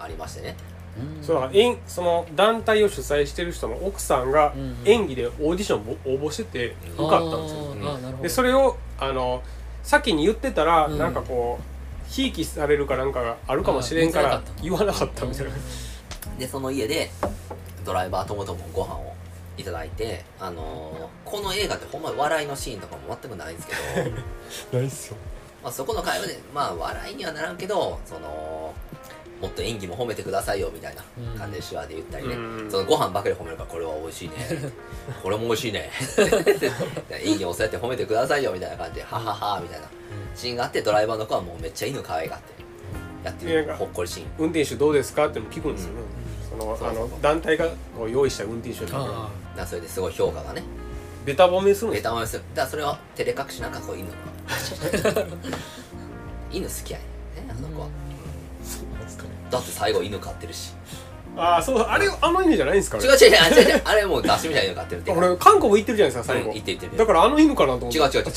S2: ありましてね
S3: うん
S1: んそれはえんその団体を主催してる人の奥さんが
S3: うんうん
S1: 演技でオーディションを応募してて
S2: うん
S1: 受かったんですよ
S3: あーあーなるほど
S1: でそれをあの先に言ってたら、
S3: うん
S1: なんかこうひいきされるかなんかがあるかもしれんか
S3: あ
S1: ら
S3: ー
S1: 言わなかったみたいな、
S2: でその家でドライバーともともご飯をいただいてあのーこの映画ってほんま笑いのシーンとかも全くないんですけど
S1: ないっすよ
S2: まあ、そこの会話で、まあ、笑いにはならんけど、その、もっと演技も褒めてくださいよ、みたいな
S3: うん
S2: 感じで手話で言ったりね。
S1: うん
S2: そのご飯ばかり褒めるから、これは美味しいね。これも美味し いね。演技をそうやって褒めてくださいよ、みたいな感じで、ははは、みたいなシーンがあって、ドライバーの子はもうめっちゃ犬可愛がって、やって
S1: い
S2: る
S1: や
S2: ほっこりシーン。
S1: 運転手どうですかっていうの聞くんですよね、その
S2: そうそうそう
S1: あの団体がこう用意した運転手だから
S3: あ
S2: だからそれですごい評価がね、
S1: ベタ褒めするんで
S2: ベ
S1: すよ
S2: タ褒めする。だからそれを照れ隠しなん かこう犬が。犬好きやねんね、あの子は。
S1: そうなんですかね
S2: だって最後犬飼ってるし。
S1: ああそうあれあの意味じゃないんですかね
S2: 違う違う違う違う違うあれもう出汁みたいなの買ってるって
S1: あ俺韓国行ってるじゃないですか最後、
S2: うん行って行ってる
S1: だからあの犬かなと思って
S2: 違う違う違う違
S1: 違
S2: う
S1: う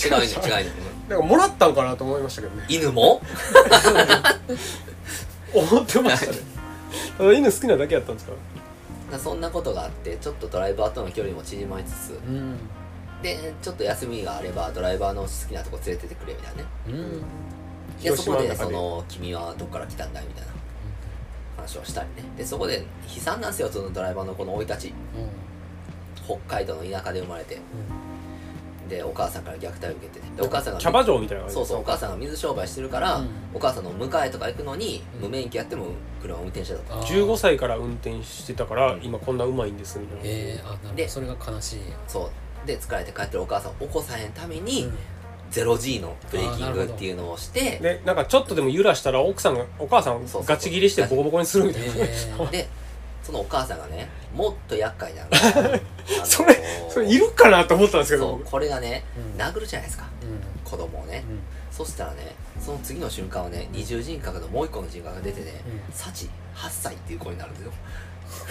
S2: 違う
S1: なんかもらったんかなと思いましたけど ね
S2: 違う犬も
S1: 思ってましたねあの犬好きなだけやったんですか
S2: そんなことがあってちょっとドライバーとの距離も縮まりつつ
S3: ーうん
S2: でちょっと休みがあればドライバーの好きなとこ連れてってくれみたいなね
S3: うん
S2: で
S1: 広
S2: そこ
S1: 島の
S2: で
S1: 中
S2: そ
S1: で
S2: の君はどっから来たんだみたいな話をしたりねでそこで悲惨なんですよそのドライバーのこの生い立ち北海道の田舎で生まれてでお母さんから虐待を受けててでお母さんが
S1: キャバ嬢みたいな感じ
S2: そうそうお母さんが水商売してるから、
S3: うん
S2: お母さんの迎えとか行くのに、
S3: うん
S2: 無免許やっても車を運転してたと
S1: 15歳から運転してたから今こんなうまいんですみたいな、
S3: ええあなるほど
S2: で
S3: それが悲しい
S2: そうで疲れて帰ってるお母さんを起こさへんため
S3: う
S2: に、
S3: ん
S2: ゼロ 0G のブレーキ
S3: あー
S2: ン
S3: な
S2: グ
S3: る
S2: っ
S3: ほど
S2: ていうのをして
S1: でなんかちょっとでも揺らしたら奥さんがお母さん
S2: そうそう
S1: ガチ切りしてボコボコにするみた いな、
S3: ええ
S2: でそのお母さんがねもっと厄介なのがあの
S1: それそれいるかなと思ったんですけ
S2: そ
S1: ど
S2: うこれがね
S3: うん
S2: 殴るじゃないですか
S3: うん
S2: 子供をね、そしたらねその次の瞬間はね二重人格のもう一個の人格が出てね、
S3: うん
S2: サチ8歳っていう子になるんですよ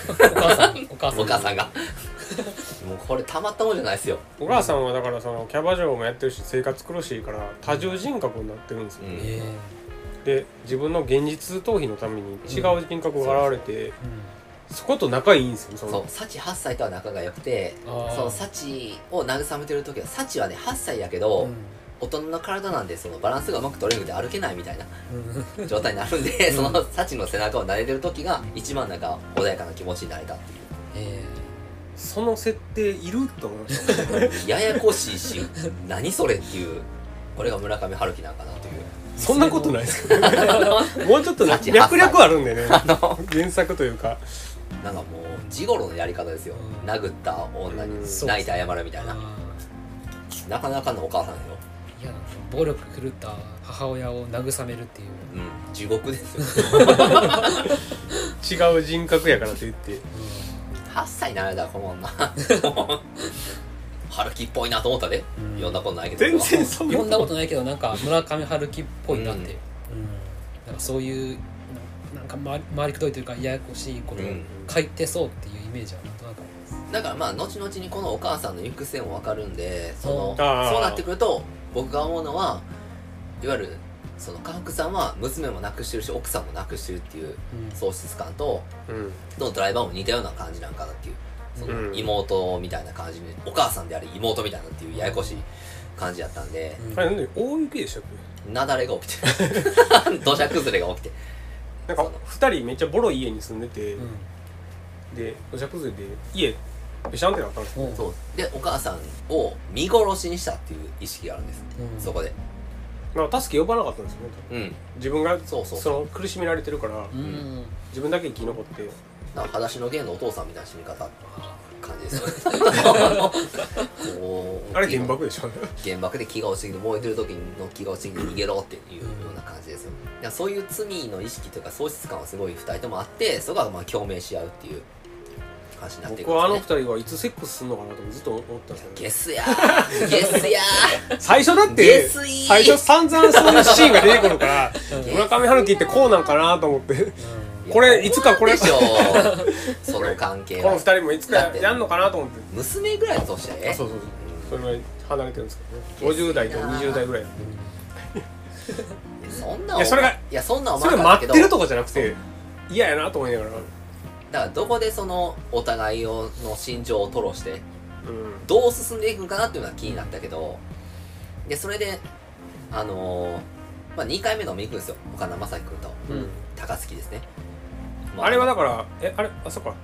S3: お母さんお母さん
S2: お母さんがもうこれたまったもんじゃないですよ、
S1: お母さんはだからそのキャバ嬢もやってるし生活苦しいから多重人格になってるんです
S2: う
S1: よ、
S2: ん
S3: ええ
S1: で自分の現実逃避のために違う人格が現れて、
S3: うん
S1: そこと仲いいんですよその
S2: そうサチ8歳とは仲が良くて
S3: あ
S2: そ
S3: ー
S2: のサチを慰めてる時はサチはね8歳やけど、大人の体なんでそのバランスがうまく取れるんで歩けないみたいな
S3: うんうん
S2: 状態になるんで、
S3: うん
S2: そのサチの背中を撫でてる時が一番なんか穏やかな気持ちになれたっていう
S3: え
S1: その設定いると 思いました
S2: ややこしいし何それっていうこれが村上春樹なんかな という
S1: そんなことないです けど もうちょっとな
S2: 38
S1: 略略あるんでね原作というか
S2: なんかもう地頃のやり方ですよ、
S3: うん
S2: 殴った女に
S1: うん
S2: 泣いて謝るみたいな、
S3: あ
S2: なかなかのお母さんよ
S3: ーいや暴力狂った母親を慰めるっていう
S2: うん地獄です よ
S1: 違う人格やからといって
S2: 8歳になられたらこの女春樹っぽいなと思ったで、
S3: うん
S2: 読んだことないけど
S1: 全然そんな
S3: 読んだことないけどなんか村上春樹っぽいなって、うんなんかそういうななんか回り回りくどいというかややこしいことを
S2: うん
S3: 書いてそうっていうイメージはなんとなくあります、
S2: だからまあ後々にこのお母さんの行く末も分かるんでその
S1: あー
S2: そうなってくると僕が思うのはいわゆるその家福さんは娘も亡くしてるし奥さんも亡くしてるっていう喪失感と
S1: うん
S2: どのドライバーも似たような感じなんかなっていうその
S1: うん
S2: 妹みたいな感じにお母さんであり妹みたいなっていうややこしい感じだったんで
S3: うん
S1: あれなんで大雪でしたっ
S2: 雪崩が起きてる土砂崩れが起きて
S1: けなんか2人めっちゃボロい家に住んでて、
S3: うん
S1: で土砂崩れで家べしゃんってなったんですよ
S3: うん
S2: そうでお母さんを見殺しにしたっていう意識があるんです
S3: うん
S2: そこで
S1: だから助け呼ばなかったんですよね
S2: うん
S1: 自分が
S2: そうそう
S1: その苦しめられてるから
S3: うん、
S1: 自分だけ生き残って
S2: なんか裸足のゲンのお父さんみたいな死に方感じですよね こう
S1: あれ原爆でしょ
S2: 原爆で気が落ちてきて燃えてる時の気が落ちてきて逃げろっていうような感じですよだからそういう罪の意識というか喪失感はすごい2人ともあってそこはまあ共鳴し合うっていう感じになっていく
S1: 僕
S2: ん
S1: はあの
S2: で
S1: 2
S2: すね
S1: 人はいつセックスするのかなとずっと思ってたんですよね
S2: ゲスやーゲスや
S1: 最初だっ
S2: ゲ
S1: て
S2: スい
S1: 最初散々そういうシーンが出てくるから
S3: うん
S1: 村上春樹ってこうなんかなと思って
S2: ー
S1: これ
S2: や
S1: いつかこれ
S2: どう なんでしょうその関係
S1: この
S2: は
S1: 2人もいつか
S2: だって
S1: やんのかなと思って
S2: 娘ぐらいの年だ
S1: あ
S2: ね
S1: そうそうそうそれぐらい離れてるんですけどね
S2: ゲス
S1: 50代と
S2: なー
S1: 20代ぐらいなんで
S2: そんない
S1: やそれが
S2: いやそんなお
S1: それ
S2: 前
S1: 待ってるとかじゃなくて嫌やなと思いながら
S2: だからどこでそのお互いをの心情を吐露して
S1: う
S2: どう進んでいくんかなっていうのは気になったけどでそれであのーまあ、2回目のも行くんですよ岡田将生君と
S1: ん、
S3: うん
S2: 高槻ですね、
S1: まああれはだ
S2: か
S1: からえあれあそっか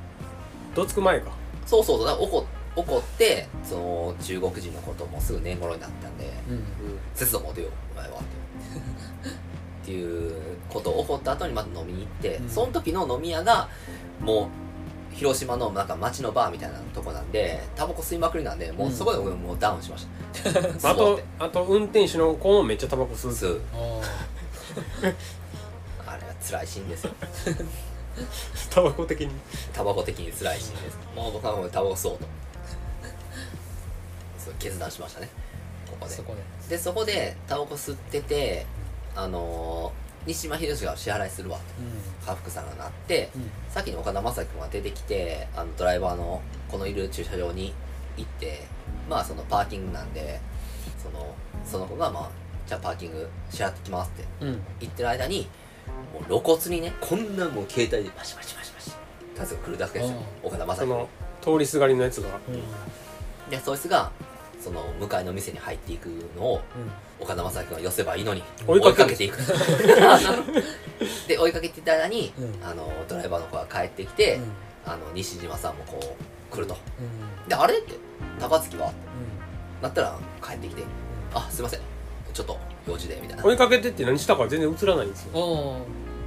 S1: どつく前か
S2: そうそうそうだから怒怒ってその中国人のこともすぐ年頃になったんで
S3: うん
S2: 「節度持てよお前は」ってって いうことを怒った後にまた飲みに行って、
S3: うん
S2: その時の飲み屋がもう広島のなんか街のバーみたいなとこなんでタバコ吸いまくりなんでもうそこで僕もうダウンしました、
S1: まああ
S2: そう
S1: と
S2: って
S1: あと運転手の子もめっちゃタバコ吸う
S2: 吸う
S3: あー
S2: あれは辛いシーンですよ。
S1: タバコ的に
S2: タバコ的に辛いシーンです。もう僕はもうタバコ吸おうと。 そう決断しましたね。ここで
S3: そ。こで
S2: で、そこでタバコ吸ってて、あのー、西島秀俊が支払いするわと。
S3: う
S2: 家福さんがなって、
S3: んうん
S2: 先に岡田将生君が出てきて、あのドライバーのこのいる駐車場に行って、まあそのパーキングなんで、その、その子がまあ、じゃあパーキング支払ってきますって
S3: うん
S2: 行ってる間にもう露骨にねこんなもう携帯でパシパシパシパシタズが来るだけですよ
S3: あ
S2: 岡田将
S1: そ
S2: 生
S1: の通りすがりのやつが
S3: うん
S2: でそいつがその向かいの店に入っていくのを岡田将生君は寄せばいいのに
S1: 追
S2: 追
S1: い
S2: い
S1: か
S2: か
S1: ける
S2: けていく で追いかけていた間に、
S3: うん
S2: あのドライバーの子が帰ってきて、
S3: うん
S2: あの西島さんもこう来ると
S3: うん
S2: であれって高槻は
S3: う
S2: なったら帰ってきて「あすいませんちょっと用事で」みたいな
S1: 追いかけてって何したか全然映らないんですよ
S3: んあ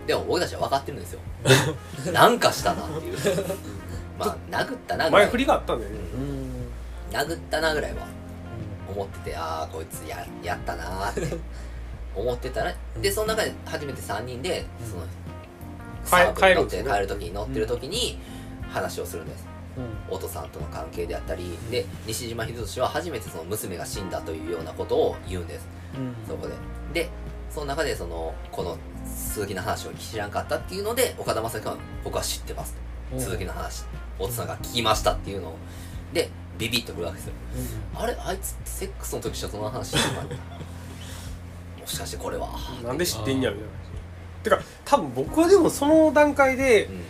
S2: でも僕たちは分かってるんですよ なんかしたな っていうまあ殴ったなぐら
S1: 前
S2: い
S1: 振りがあったんだよね
S3: あうん
S2: 殴ったなぐらいは思っててああこいつややったなーって 思ってたらでその中で初めて3人で
S3: うん
S2: その
S1: 帰
S2: サーブに乗っ
S1: 帰るんで
S2: て
S1: すね
S2: 帰る時に乗ってる時に話をするんです
S3: うん
S2: お父さんとの関係であったりで西島秀俊は初めてその娘が死んだというようなことを言うんです
S3: うん
S2: そこででその中でそのこの鈴木の話を知らんかったっていうので岡田将生君は僕は知ってます
S3: うん
S2: 鈴木の話お父さんが聞きましたっていうのをでビビッとくるわけですよあれあいつってセックスの時したその話してたの もしかしてこれは
S1: なんで知ってんやみたいなてか多分僕はでもその段階で
S2: うん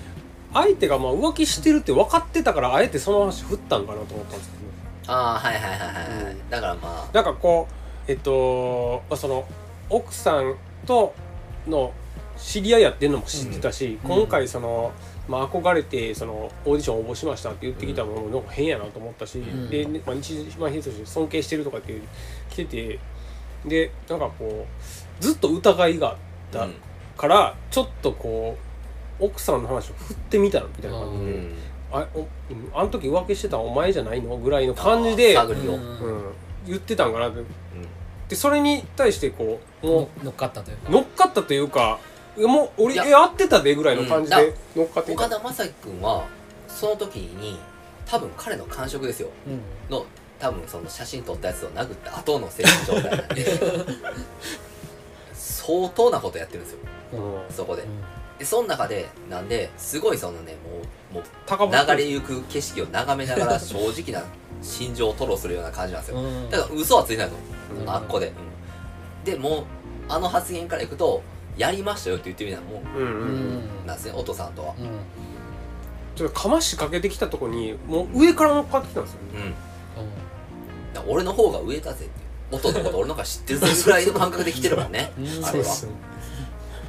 S1: 相手がまあ浮気してるって分かってたからあえてその話振ったんかなと思ったんですけどね
S2: ああはいはいはいはい、は
S1: う
S2: いだからまあ
S1: なんかこうえっとまあその奥さんとの知り合いやってんのも知ってたし、
S3: うん
S1: 今回その、まあ、憧れてそのオーディション応募しましたって言ってきたものも変やなと思ったし、
S2: ん
S1: で、ねまあ、西島秀俊尊敬してるとかって来ててでなんかこうずっと疑いがあった
S2: うん
S1: から、ちょっとこう奥さんの話を振ってみたみたいな感
S2: う
S1: じで、
S2: ん
S1: あおうんあの時浮気してたんお前じゃないのぐらいの感じで、
S2: あー探りを、
S3: う
S2: うん
S3: ん
S1: うん、言ってたんかなってでそれに対してこうも
S3: の乗っかったという
S1: う
S3: か
S1: 乗っかったというかもう俺
S2: いや
S1: え合ってたでぐらいの感じ
S2: うん
S1: で乗っかっていた
S2: 岡田将生君はその時に多分彼の感触ですよ
S3: うん
S2: の多分その写真撮ったやつを殴った後の精神状態なんで相当なことやってるんですよ
S1: うん
S2: そこで
S3: うん
S2: でその中でなんですごいそのねもうもう
S1: 高ぶ
S2: 流れゆく景色を眺めながら正直な心情を吐露するような感じなんですよ
S3: うん
S2: だから嘘はついてないと
S1: うん
S2: あっこで、でもうあの発言からいくとやりましたよって言ってみたいなも
S1: うんうん
S3: う
S1: うん
S3: ん
S2: んなんですねお父さんとは
S3: うん
S1: ちょっとかましかけてきたとこにもう上から乗っかってきたんですよ
S2: う
S1: ね
S2: んだから俺の方が上だぜっていう音のこと俺の方が知ってるぜぐらいの感覚で来てるからね
S3: うん
S2: あれは
S1: ね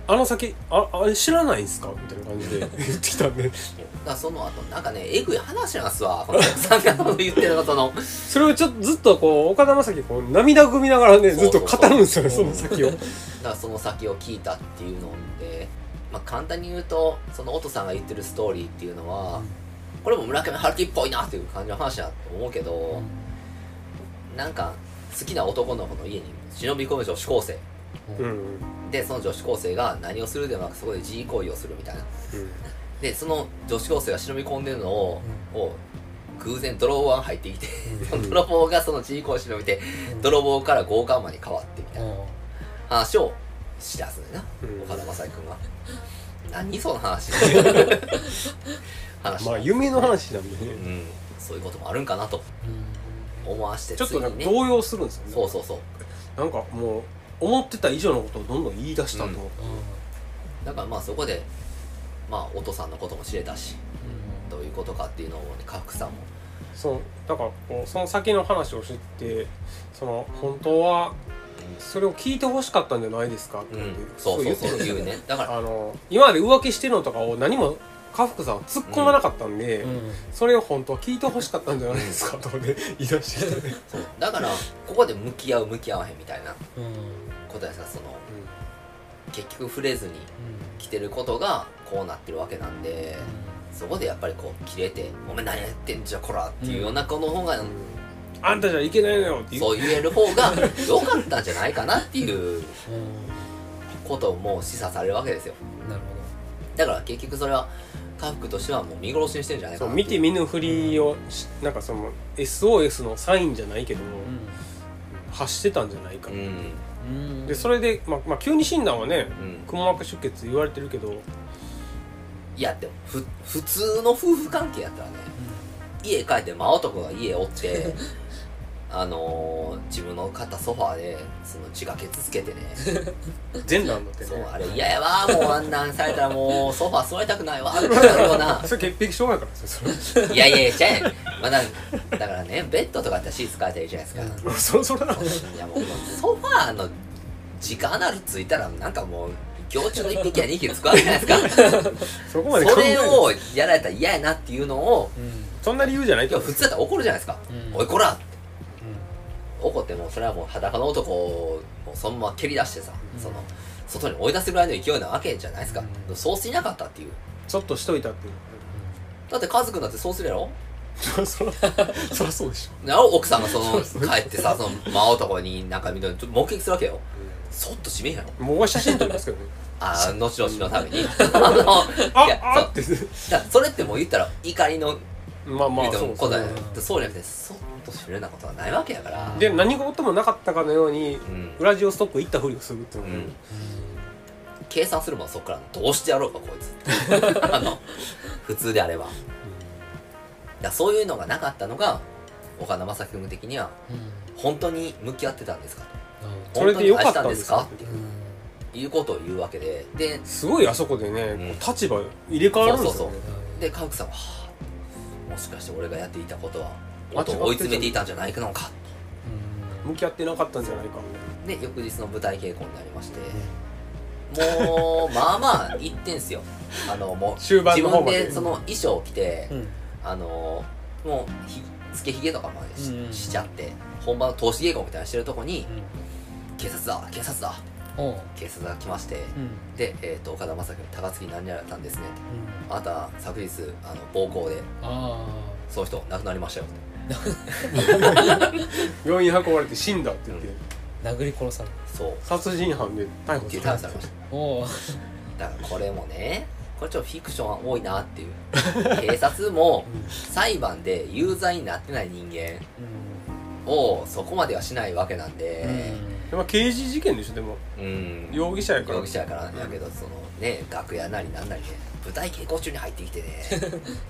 S1: あの先ああれ知らないんすかみたいな感じで 言ってきたんで
S2: だからその後なんかねえぐい話なんすわこのさんが言ってることの
S1: それをちょっとずっとこう岡田将生こう涙ぐみながらねずっと語るんですよね
S3: そ
S1: そう
S3: そ
S1: の
S3: うそう
S1: 先を
S2: だからその先を聞いたっていうので、まあ、簡単に言うとその音さんが言ってるストーリーっていうのは、これも村上春樹っぽいなっていう感じの話だと思うけど、なんか好きな男の子の家に忍び込む女子高生
S1: うん
S2: でその女子高生が何をするでもなくそこで自慰行為をするみたいなでその女子高生が忍び込んでるのを,、を偶然泥棒が入ってきて その泥棒がその自慰行為を忍びて泥棒から強姦魔に変わってみたいな話を知らずにな
S1: うんうん
S2: 岡田将生 君は何その話話
S1: まあ夢の話なんで
S2: う
S1: ね
S2: んそういうこともあるんかなと思わして
S1: ちょっとなん
S2: つ
S1: か
S2: いに
S1: 動
S2: ね
S1: 揺するんですよね
S2: そうそうそう
S1: なんかもう思ってた以上のことをどんどん言い出したと、
S2: だからまあそこでまあお父さんのことも知れたしどういうことかっていうのをね家福さんも
S1: そうだからこうその先の話を知ってその本当はそれを聞いてほしかったんじゃないですかって
S2: う
S1: 言って、
S2: んそうそうそう
S1: 言
S2: い
S1: って
S2: うねだから
S1: あの今まで浮気してるのとかを何も家福さんは突っ込まなかったんで、それを本当は聞いてほしかったんじゃないですかとかで言い出してきて、
S2: そうだからここで向き合う向き合わへんみたいなことやさその結局触れずに来てることがこうなってるわけなんでそこでやっぱりこう切れて「お前何やってんじゃこら」っていうような子の方が
S1: あんたじゃいけないのよって言う
S2: そう言える方 が良かったんじゃないかなっていうことをもう示唆されるわけですよ
S3: なる
S2: だから結局それは家福としてはもう見殺しにしてるんじゃない
S1: そ
S2: か
S1: う
S2: な
S1: 見て見ぬふりをしなんかその SOS のサインじゃないけど、発してたんじゃないか、
S2: うん
S3: ほど
S1: でそれで、まあまあ、急に診断はね
S2: うん
S1: くも膜出血言われてるけど
S2: いやでもふ普通の夫婦関係やったらね家帰って真男が家おって ああのー自分の買ったソファーでその血がけつけてね
S1: 全裸になって
S2: そう
S1: ね
S2: あれ嫌やわもうあんなんされたらもうソファー座りたくないわ ってなるような
S1: それ潔癖症やからです よそ
S2: いやいやいやちゃうやんまだだからねベッドとかだったらシーツ変えたらいいじゃないですか、
S1: れそそれなの
S2: いやもうソファーの直アナルついたらなんかもう行虫の一匹や二匹つくわけじゃないですか
S1: そこまで考
S2: そ
S1: え
S2: れ
S1: ない
S2: をやられたら嫌やなっていうのを
S3: うん
S1: そんな理由じゃない
S2: い
S1: け
S2: や
S1: ど
S2: 普通だったら怒るじゃないですか「
S3: うん
S2: おいこら!」って
S3: うん
S2: 怒ってもそれはもう裸の男をもうそのまま蹴り出してさ、
S3: うん
S2: その外に追い出すぐらいの勢いなわけじゃないですか、
S3: うん
S2: そうしなかったっていう
S1: ちょっとしといたっていう
S2: だってカズくんだって そうするやろ
S1: そそそりゃそうでし
S2: なお奥さんがそ の帰ってさその真男になんか見てちょっと目撃するわけよそっと閉めんやろ
S1: ょ僕は写真撮りますけどね
S2: ああ後々のた めにあのいや
S1: ああって
S2: そうだからそれってもう言ったら怒りの
S1: まあま
S2: 言
S1: あ
S2: うて
S1: そう
S2: も
S1: です
S2: 答
S1: ね
S2: え
S3: そうそう
S2: そうじゃなくてそっと閉めるようなことはないわけやから
S1: で何事もなかったかのように
S2: うん
S1: ウラジオストップ行ったふりをするっていう
S2: う
S1: の
S2: ん計算するもんそっからどうしてやろうかこい つあの普通であればだそういうのがなかったのが岡田将生君的には本当に向き合ってたんですか
S3: う
S1: それでよかった
S2: 本当
S1: ん
S2: に愛
S1: で
S2: し
S1: す
S2: たん
S1: か
S2: ですかということを言うわけでです
S1: ごいあそこでね、
S2: うん
S1: こう立場入れ替わるんですよね
S2: で家福さんははあもしかして俺がやっていたことは
S1: 間違ってんじ
S2: 音
S1: ゃん
S2: を追い詰めていたんじゃないのか
S1: 向き合ってなかったんじゃないか
S2: とで翌日の舞台稽古になりましてもうまあまあ行ってんすよあのもう
S1: 終盤
S2: 自
S1: の方
S2: 分
S1: まで
S2: でその衣装を着て
S3: うん
S2: あのもうひつけひげとかまでし,、
S3: うん
S2: ちゃって本番の投資稽古みたいなのしてるとこに警察だ警察だ
S3: おう
S2: 警察が来まして、
S3: うん
S2: で、えー、と岡田将生に高槻に何やられたんですねあなた昨日あの暴行で
S3: あ
S2: その人亡くなりましたよ
S1: 病院運ばれて死んだって言って、
S3: あ殴り殺された
S2: そう
S1: 殺人犯で逮捕さ
S2: ってい
S1: れ
S2: う
S1: た
S2: 逮捕されました
S3: おう
S2: だからこれもねこれちょっとフィクションは多い なっていう警察も裁判で有罪になってない人間をそこまではしないわけなんで
S1: でも刑事事件でしょでも
S2: うん
S1: 容疑者やから
S2: 容疑者やからやけどそのね楽屋なりなんなりね舞台稽古中に入ってき てね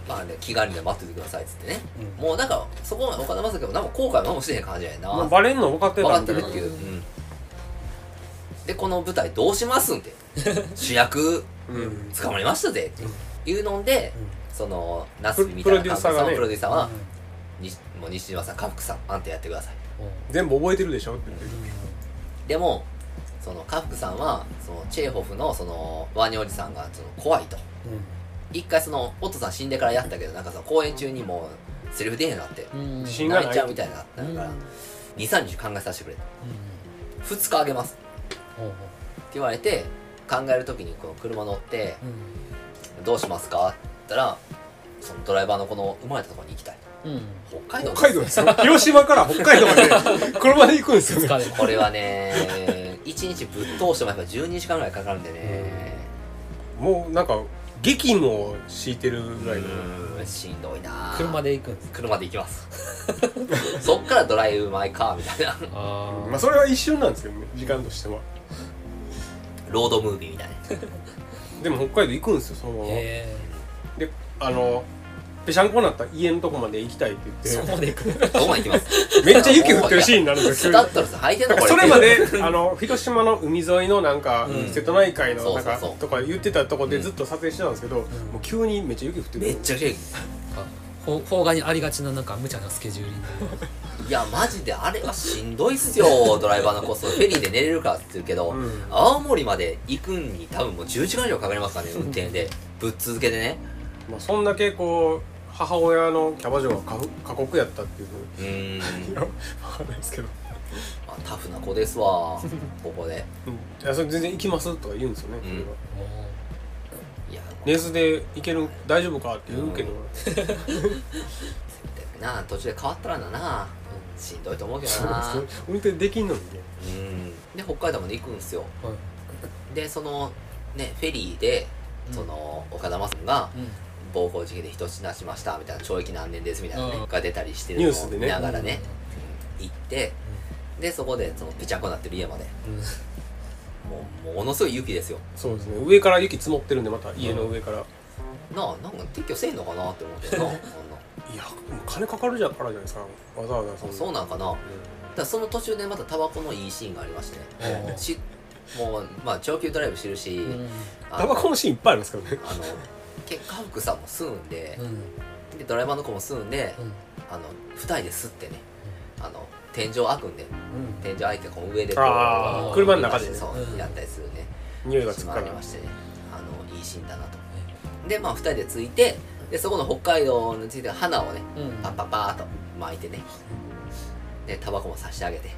S2: まあね気軽に待っててくださいっつってねもうなんかそこまで岡田将生も何も後悔も何もしてへん感じやねんな
S1: まあバレんの分かって
S2: 分
S1: た
S2: かっ
S1: み
S2: て
S1: たい
S2: る
S1: な
S2: っていう、でこの舞台どうしますんって 主役
S1: うん
S2: 捕まりましたぜっていうので、そのナスビみたいな
S1: プロデュ
S2: 監
S1: ーサ
S2: 督さ
S1: ーが
S2: ん
S1: ね
S2: プロデューサーは、にもう西島さん家福さんあんたやってください
S1: 全部覚えてるでしょって言って
S2: でもその家福さんはそのチェーホフのそのワニおじさんがその怖いと一回そのお父さん死んでからやったけどなんかその公演中にもうセリフ出へんようになって
S3: 自
S1: 信がない
S2: 泣いちゃうみたいになったから、23日考えさせてくれ2日あげますって言われて考える時にこの車乗って「どうしますか?」って言ったらそのドライバーのこの生まれたところに行きたい北海道
S1: 北海道です よ広島から北海道まで車で行くんですよね
S3: 疲れた
S2: これはね1日ぶっ通してもやっぱ12時間ぐらいかかるんでね
S1: もうなんか激務を敷いてるぐ
S2: う
S1: らいの
S2: ーんしんどいな
S3: 車で行くんです
S2: 車で行きます そっからドライブ・マイ・カーみたいな
S3: あ
S1: まあそれは一瞬なんですけどね時間としては
S2: ロードムービーみたいな
S1: でも北海道行くんですよそのまま
S3: へ
S1: であのぺしゃんこになった家のとこまで行きたいって
S3: えそ
S1: 言って
S3: こまで行く
S2: どこまで行きます
S1: めっちゃ雪降ってるシーンになるんです
S2: ス
S1: よ
S2: タ
S1: 急に
S2: ッドレス履いてん
S1: なん
S2: の
S1: か
S2: これ
S1: それま であの広島の海沿いのなんか、
S3: うん
S1: 瀬戸内海のなんか
S2: そうそうそう
S1: とか言ってたとこ
S2: う
S1: で
S2: ん
S1: ずっと撮影してたんですけど、もう急にめっちゃ雪降ってる
S2: めっちゃ綺
S3: ほ邦画にありがちななんか無茶なスケジューリング
S2: 麗いやマジであれはしんどいっすよ ドライバーのコストフェリーで寝れるからって言うけど、
S1: うん
S2: 青森まで行くんに多分もう10時間以上かか りますからね運転でぶっ続けでね
S1: まあ、そんだけこう母親のキャバ嬢が過酷過酷やったっていう
S2: うーん、
S1: いや わかんないですけど
S2: まあ、タフな子ですわここで
S1: 「うん、いやそれ全然行きます」とか言うんですよね、
S2: う
S1: そ
S2: ん
S1: れはい
S2: や
S1: レースで行ける大丈夫かって言うけど、
S2: うなあ途中で変わったらななしんどいと思うけどな
S1: そう運転できんのにね
S2: うんで北海道まで行くんですよ
S3: はい
S2: でそのねフェリーで
S3: うん
S2: その、岡田真さんが暴行事件で人質なしましたみたいな懲役何年ですみたいなね、
S3: うん
S2: が出たりしてる
S1: ニュ
S2: の
S1: ース
S2: を
S1: で
S2: 見
S1: ね
S2: ながらね行ってでそこでそのぺちゃんこになってる家まで
S3: うん
S2: もうものすごい雪ですよ
S1: そうですね上から雪積もってるんでまた家の上から、
S2: なあなんか撤去せんのかなって思ってなあんない
S1: やもう金かかるじゃからじゃないですかわざわざその
S2: そうなんかなだからその途中でまたタバコのいいシーンがありましてねしもうまあ長距離ドライブしてるし、
S3: うん
S2: あ
S1: タ
S2: の
S1: バコのシーンいっぱいあるんですけどね
S2: あの結果服さんも吸うんで
S3: うん
S2: でドライバーの子も吸うんで
S3: うん
S2: あの2人で吸ってねあの天井開くんで
S3: うん
S2: 天井開いてこう上でこ
S1: あ
S3: ー
S2: う
S1: 車の中でね
S2: そう、
S3: うん
S2: やったりするね
S1: 匂いがつくか
S2: あ
S1: ら
S2: りましてねあのいいシーンだなとでまあ2人で着いてでそこの北海道について花をね
S3: うん
S2: パッパッパーっと巻いてねでタバコも差し上げて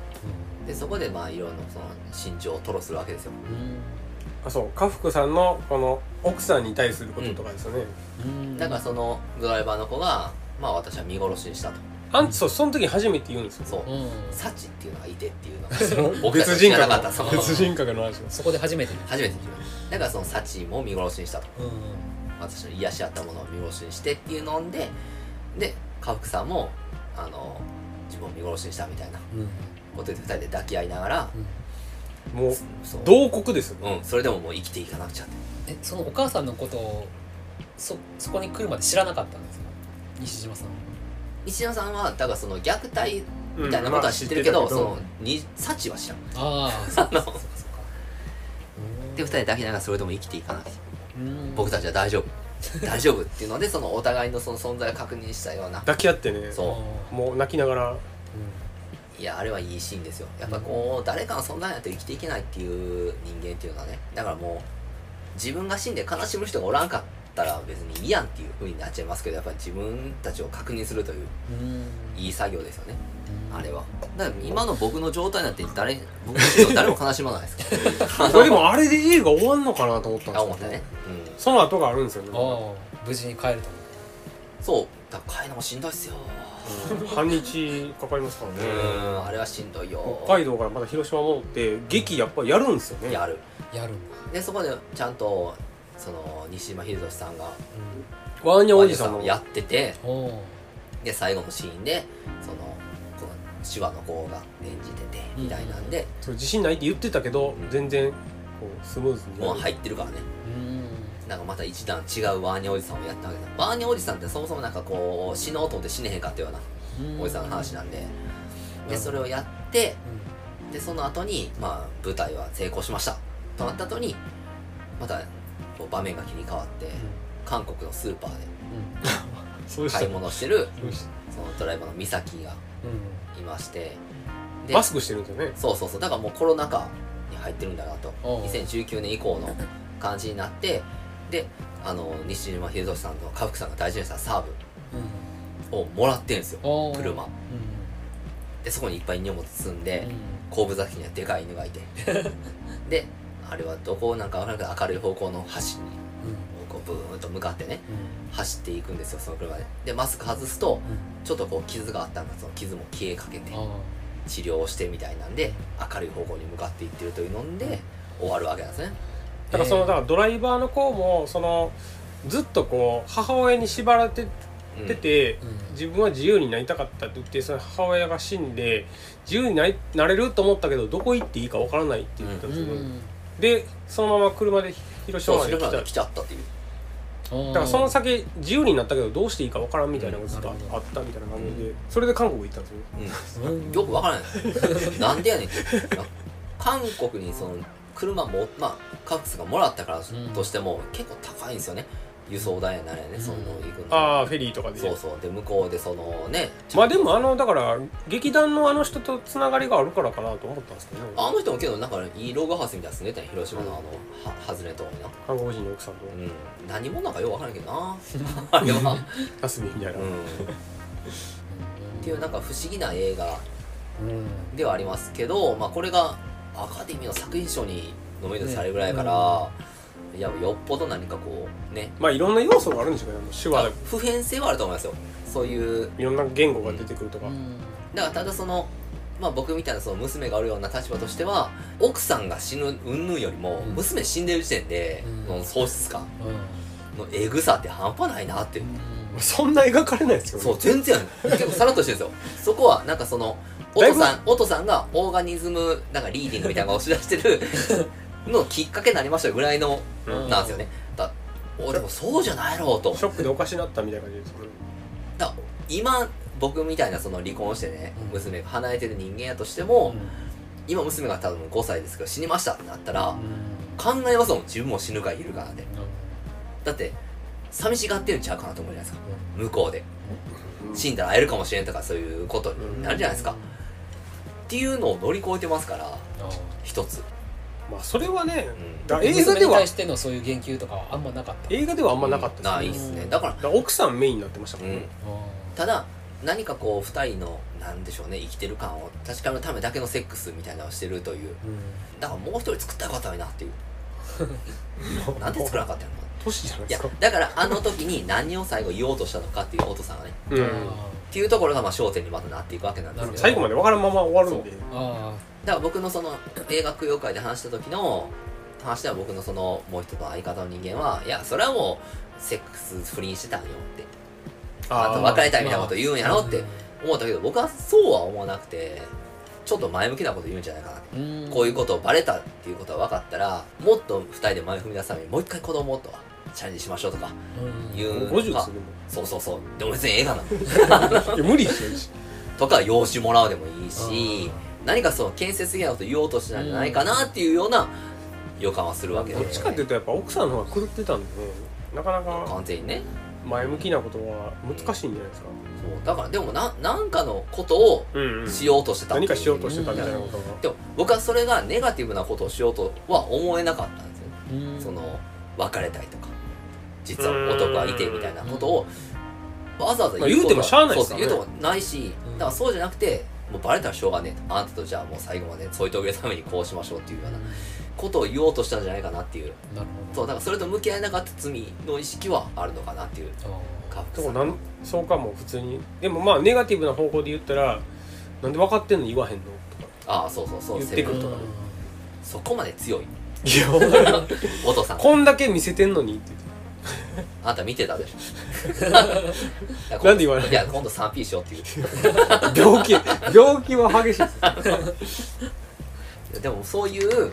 S2: でそこでまあいろんなその心情を吐露するわけですよ
S1: あそう家福さんのこの奥さんに対することとかですよね、
S3: うん
S2: だからそのドライバーの子がまあ私は見殺しにしたと
S1: あんそうその時に初めて言うんですよ
S2: そう
S3: うん
S2: サチっていうのがいてっていうのが僕た
S1: 別
S2: ち知
S1: 人
S2: らなかっ
S1: 格
S2: たその
S1: の別人格の話です
S3: そこで初めてね
S2: 初めて聞きましただからそのサチも見殺しにしたと
S3: うん
S2: 私の癒し合ったものを見殺しにしてっていうのんでで家福さんもあの自分を見殺しにしたみたいな
S3: うん
S2: ことで2人で抱き合いながら
S3: うん
S1: もう
S2: そう
S1: 同国ですよね
S2: うんそれでももう生きていかなくちゃって
S3: えそのお母さんのことをそそこに来るまで知らなかったんですか西島さんは
S2: 石野さんはだからその虐待
S1: うん
S2: みたいなことは知ってるけど,、
S1: まあ
S2: そのにサチは知らん
S3: ああそうかそうかそうか
S2: で2人抱きながらそれでも生きていかなくちゃ
S3: うん
S2: 僕たちは大丈 夫大丈夫っていうのでそのお互いのその存在を確認したような
S1: 抱き合ってね
S2: そう
S1: もう泣きなが ら
S2: いやあれはいいシーンですよやっぱこう、誰かの存在なんて生きていけないっていう人間っていうのはねだからもう自分が死んで悲しむ人がおらんかったら別にいいやんっていう風になっちゃいますけどやっぱり自分たちを確認するという
S3: うん
S2: いい作業ですよねあ
S3: れ
S2: れはだから今の僕の状態なんて誰僕の人誰も悲しまないですから
S1: これでもあれで映画終わんのかなと思ったん
S2: あ思
S1: で
S2: っ
S1: すけど、
S2: たね、
S1: その後があるんですよね
S3: ああ無事に帰ると
S2: うん、そうだから帰るのもしんどいっすよ
S1: うん半日かかりますから
S2: う
S1: ね
S2: ーんあれはしんどいよ
S1: 北海道からまた広島戻って劇やっぱやるんですよね
S2: やる
S3: やるん
S2: でそこでちゃんとその西島秀俊さんが
S1: ワーニャおじさんの
S2: やってて
S3: おお
S2: で最後のシーンでそのこの手話の子が演じてて
S3: うん
S2: みたいなんで、
S1: そう自信ないって言ってたけど
S2: うん
S1: 全然こうスムーズに
S2: もう入ってるからね
S3: うん
S2: なんかまた一段違うワーニャおじさんをやったわけだワーニャおじさんってそもそもなんかこう死のうと思って死ねへんかったような
S3: うん
S2: おじさんの話なんでで
S3: うん
S2: それをやって
S3: うん
S2: でその後にまあ舞台は成功しましたとなった後にまたこう場面が切り替わって韓国のスーパーで
S1: そうでした
S2: 買い
S1: よ
S2: 物してる
S1: そうでした
S2: そのドライバーの美咲が
S3: うんうん
S2: いましてで
S1: マスクしてるんですよね
S2: そうそうそうだからもうコロナ禍に入ってるんだなと
S3: おう
S2: 2019年以降の感じになってであの西島秀俊さんと家福さんが大事にしたサー
S3: うん
S2: ブをもらってんですよ
S3: おう
S2: 車
S3: う
S2: でそこにいっぱい荷物積んで
S3: ん
S2: 後部座席にはでかい犬がいて であれはどこなんかわからなく明るい方向の橋にこうブーンと向かってね走っていくんですよその車ででマスク外すとちょっとこう傷があったんだその傷も消えかけて
S3: うんうんあ
S2: 治療をしてみたいなんで明るい方向に向かっていってるというので終わるわけなんですね
S1: だからそのだからドライバーの子もそのずっとこう母親に縛られて
S2: うん
S1: てて
S3: あうん
S1: 自分は自由になりたかったって言ってその母親が死んで自由になりなれると思ったけどどこ行っていいかわからないって言ってたんですよね、でそのまま車で広
S2: そ
S1: 島
S2: う
S1: ま
S2: そ
S1: で
S2: れ
S1: 来
S2: ま
S1: た
S2: で
S1: だ
S2: 来ちゃったっていう
S3: うん
S1: からその先自由になったけどどうしていいかわからんみたいなのがずっと
S3: なるほど
S1: あったみたいな感じでそれで韓国行ったんですよ
S3: うん
S2: よくわからない なんでやねんってな韓国にその車もまあカフスがもらったから
S3: うん
S2: としても、結構高いんですよね輸送代やならやね、
S3: うん
S2: その行くの
S1: ああフェリーとかで
S2: そうそうで向こうでそのね
S1: まあでもあのだから劇団のあの人とつながりがあるからかなと思ったんですけどね
S2: あの人もけどなんかいいログハウスみたいなの住んでたんや広島のあの、は外れとこにな、
S1: 韓国人の奥さんと
S2: うん、何者なんかよくわからんけどな あれは、
S1: 休みみたいな、
S2: うん、
S3: うん
S2: っていうなんか不思議な映画
S3: うん
S2: ではありますけど、まあ、これがアカデミーの作品賞にノミネートされるぐらいから、いやよっぽど何かこうね
S1: まあいろんな要素があるんでしょうけど手話だ
S2: 普遍性はあると思いますよそういう
S1: いろんな言語が出てくるとか、
S3: うん
S2: だからただその、まあ、僕みたいなその娘がおるような立場としては奥さんが死ぬ云々よりも
S3: うん
S2: 娘死んでる時点で
S3: うん
S2: の喪失感
S3: うん
S2: のえぐさって半端ないなって
S3: うん
S1: そんな描かれないですよね
S2: そう全然結構さらっとしてるんですよそこはなんかそのお
S1: だい
S2: 父
S1: ぶ
S2: さんお父さんがオーガニズムなんかリーディングみたいなのを押し出してるのきっかけになりましたぐらいの
S1: うん
S2: なんですよねだ俺もそうじゃないろうと思っ
S1: シ
S2: て
S1: ョックでおかしなったみたいな感じです
S2: だから今僕みたいなその離婚してね
S3: うん
S2: 娘が離れてる人間やとしても、
S3: うん
S2: 今娘が多分5歳ですけど死にましたってなったら、
S3: うん
S2: 考えますもん自分も死ぬかいるかなんてだって寂しがってるんちゃうかなと思うじゃないですか向こうで死んだら会えるかもしれんとかそういうことになるじゃないですか、っていうのを乗り越えてますから
S3: あー
S2: 一つ、
S1: まあそれはね
S2: うん
S1: だ映画
S3: 娘
S1: で
S3: に
S1: は
S3: 対してのそういう言及とかはあんまなかった
S1: 映画ではあんまなかったですね
S2: ないですねだから
S1: だから奥さんメインになってましたも
S2: うん
S1: ね
S2: ん、ただ何かこう2人のなんでしょうね生きてる感を確かめるためだけのセックスみたいなのをしてるというだからもう一人作ったらよかったのになっていうなんで作らなかっ たのか
S1: 年じゃない
S2: い
S1: で
S2: や
S1: すか
S2: だからあの時に 何を最後言おうとしたのかっていうお父さんがね
S1: うん
S2: っていうところがまあ焦点にまたなっていくわけなんですけど
S1: 最後まで分からんまま終わるんで
S3: あ
S2: だから僕のその映画供養会で話した時の話では僕のそのもう一つの相方の人間はいやそれはもうセックス不倫してたんよってあと別れたいみたいなこと言うんやろって思ったけど僕はそうは思わなくてちょっと前向きなこと言うんじゃないかなってこういうことをバレたっていうことが分かったらもっと2人で前を踏み出すためにもう一回子供とはチャレンジしましょうとか
S3: うん
S2: 言う
S1: 50
S2: とか
S1: する
S2: そうそうそうでも別に映 画なの
S1: のいや無理ですよ
S2: とか養子もらうでもいいし何かその建設的なこと言おうとしてたんじゃないかなっていうような予感はするわけで、
S1: どっちかっていうとやっぱ奥さんの方が狂ってたんでなかなか
S2: 完全にね
S1: 前向きなことは難しいんじゃないですか
S2: そうだからでもな何かのことを
S1: うんうん
S2: しようとしてたってい
S1: 何かしようとしてたみたいなことが
S2: でも僕はそれがネガティブなことをしようとは思えなかったんですよね
S3: うん
S2: その別れたいとか実は男はいてみたいなことをわざわざ
S1: まあ言うてもしゃあない
S2: で
S1: ですす
S2: か
S1: からら
S2: ね
S1: ね
S2: 言うてもないしだからそうじゃなくてもうバレたらしょうがねえあんたとじゃあもう最後まで添い遂げるためにこうしましょうっていうようなことを言おうとしたんじゃないかなっていう
S3: なる
S2: そ
S3: ほ
S2: うだからそれと向き合えなかった罪の意識はあるのかなっていう
S3: ど
S2: 感
S1: で
S2: 覚
S1: もなんそうかも普通にでもまあネガティブな方向で言ったらなんで分かってんの言わへんのとか
S2: ああそうそうそう
S1: 言ってく
S2: セブ
S1: る
S2: ン
S1: と
S2: と
S1: か
S2: そこまで強い
S1: いやお前
S2: お父さん
S1: こんだけ見せてんのにって言って
S2: あんた見てたでし ょ
S1: なんで言わない
S2: いや今度 3P しようっていう
S1: 病気病気は激しいです
S2: でもそういう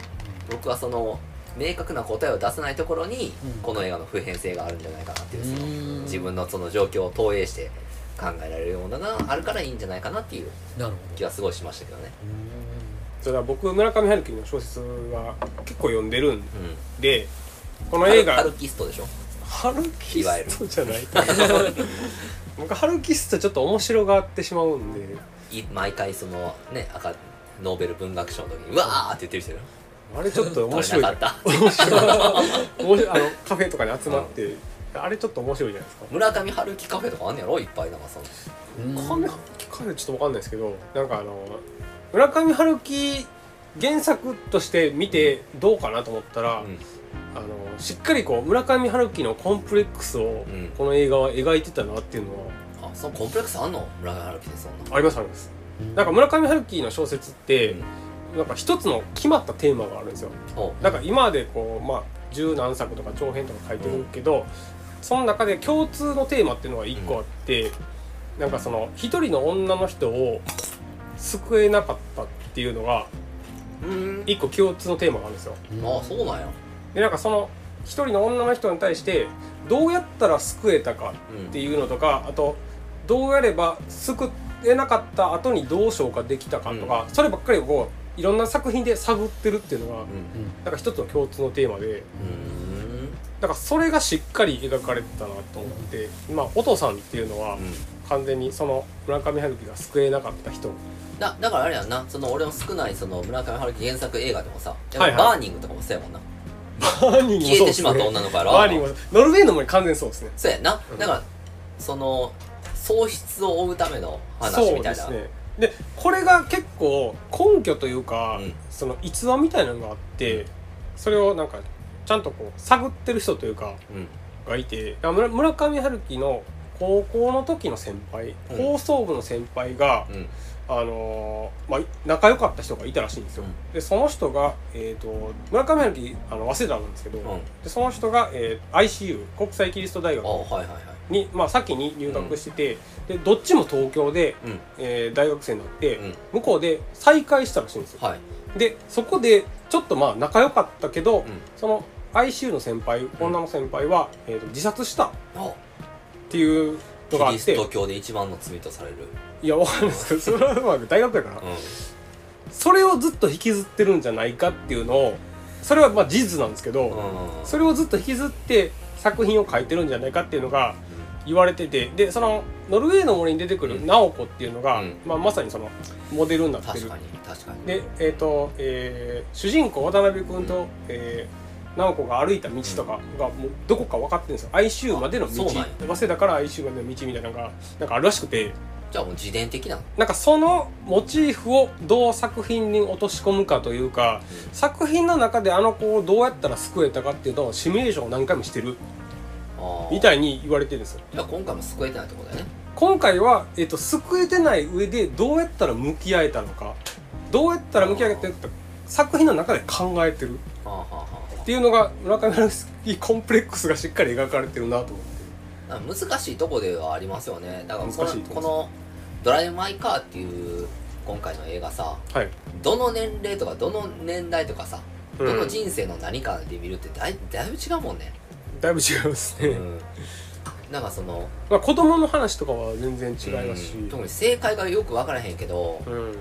S2: 僕はその明確な答えを出さないところに、
S3: うん
S2: この映画の普遍性があるんじゃないかなっていうその
S3: うん
S2: 自分のその状況を投影して考えられるようなのがあるからいいんじゃないかなっていう
S3: なるほ
S2: 気はすごいしましたけどね
S1: それは僕村上春樹の小説は結構読んでるん
S2: う
S1: でこの
S2: ん
S1: 映
S2: ハル
S1: 画
S2: キストでしょ
S1: 春キストじゃない僕春キストちょっと面白がってしまうんで
S2: い毎回そのね赤ノーベル文学賞の時にうわーって言ってる人いる
S1: あれちょっと面
S2: 取れ
S1: 白い
S2: なかった
S1: 面白い面白いあのカフェとかに集まってあれちょっと面白いじゃないですか
S2: 村上春樹カフェとかあんねやろいっぱいなんかその
S3: どうん
S1: こんな彼ちょっとわかんないですけどなんかあの村上春樹原作として見てどうかなと思ったら、
S2: うん
S1: あのしっかりこう村上春樹のコンプレックスを
S2: うん
S1: この映画は描いてたなっていうのは
S2: あそのコンプレックスあんの村上春樹でそんな
S1: ありますあります
S3: うん
S1: なんか村上春樹の小説って、なんか一つの決まったテーマがあるんですよ
S2: お
S1: なんか今までこうまあ十何作とか長編とか書いてるけど、その中で共通のテーマっていうのが一個あって、なんかその一人の女の人を救えなかったっていうのが
S2: うん
S1: 一個共通のテーマがあるんですよ
S2: あそうなんや
S1: でなんかその一人の女の人に対してどうやったら救えたか
S2: うん
S1: っていうのとかあとどうやれば救えなかった後にどう消化できたかとか、そればっかりをこういろんな作品で探ってるっていうのが、
S2: うん
S1: なんか一つの共通のテーマで
S2: うん
S1: だからそれがしっかり描かれてたなと思って、まあお父さんっていうのは完全にその村上春樹が救えなかった人
S2: だだからあれやんなその俺の少ないその村上春樹原作映画でもさやっぱ
S1: はいはい
S2: バーニングとかもそうやもんな、
S1: バーニングもそう
S2: 消え
S1: で
S2: てし
S1: す
S2: まった
S1: ね
S2: 女の子やろ
S1: バーニングもノルウェーのも完全にそうですね
S2: そうやな
S1: うん
S2: だからその喪失を追うための話みたいな
S1: そうですねでこれが結構根拠というか、
S2: うん
S1: その逸話みたいなのがあってそれをなんかちゃんとこう探ってる人というか
S2: うん
S1: がいてあ村村上春樹の高校の時の先輩
S2: うん
S1: 放送部の先輩が、
S2: うん
S1: あのーまあ、仲良かった人がいたらしいんですよ、でその人が、えー、と村上春樹あの早稲田なんですけど、
S2: うん
S1: でその人が、えー ICU 国際キリスト大学
S2: あはいはいはい
S1: に、まあ、先に入学してて、でどっちも東京で、
S2: うん
S1: えー大学生になって、
S2: うん
S1: 向こうで再会したらしいんですよ
S2: はい
S1: でそこでちょっとまあ仲良かったけど、
S2: ん
S1: その ICU の先輩女の先輩は、えーと自殺したっ
S2: あ
S1: ていう
S2: キ
S1: のがあ
S2: リ
S1: っ
S2: ス
S1: て
S2: ト教で一番の罪とされる
S1: いやわかんないです けどそれはまあ大学だから
S2: う
S1: それをずっと引きずってるんじゃないかっていうのをそれはまあ事実なんですけど、
S2: んうん
S1: それをずっと引きずって作品を書いてるんじゃないかっていうのが言われててでその「ノルウェーの森」に出てく
S2: う
S1: る
S2: ん
S1: ナオコっていうのが、
S2: うん
S1: まあ、まさにそのモデルになって
S2: 確
S1: る
S2: かに確かに
S1: でえっ、と、えー主人公渡辺君と、えー直子が歩いた道とかがもうどこか分かってるんですよ哀愁までの道
S2: あそうなんや
S1: 早稲田から哀愁までの道みたいなのがなんかあるらしくて
S2: じゃあもう自伝的なの
S1: なんかそのモチーフをどう作品に落とし込むかというか作品の中であの子をどうやったら救えたかっていうのをシミュレーションを何回もしてる
S2: あー
S1: みたいに言われてるんですよ
S2: じゃあ今回も救えてないってことだよね
S1: 今回は、えっと救えてない上でどうやったら向き合えたのかどうやったら向き合えたのか作品の中で考えてる
S2: はあはあは
S1: っていうのが村上春樹コンプレックスがしっかり描かれてるなと思って
S2: あなんか難しいとこではありますよねだからこの
S1: 難しいとこ
S2: この「ドライブ・マイ・カー」っていう今回の映画さ
S1: はい、
S2: どの年齢とかどの年代とかさ
S1: う
S2: ど
S1: ん
S2: の人生の何かで見るってだいだいぶ違うもんね、
S1: だいぶ違いますね、
S2: なんかその
S1: まあ、子供の話とかは全然違いますし、
S2: うん特に正解がよく分からへんけど、
S1: うん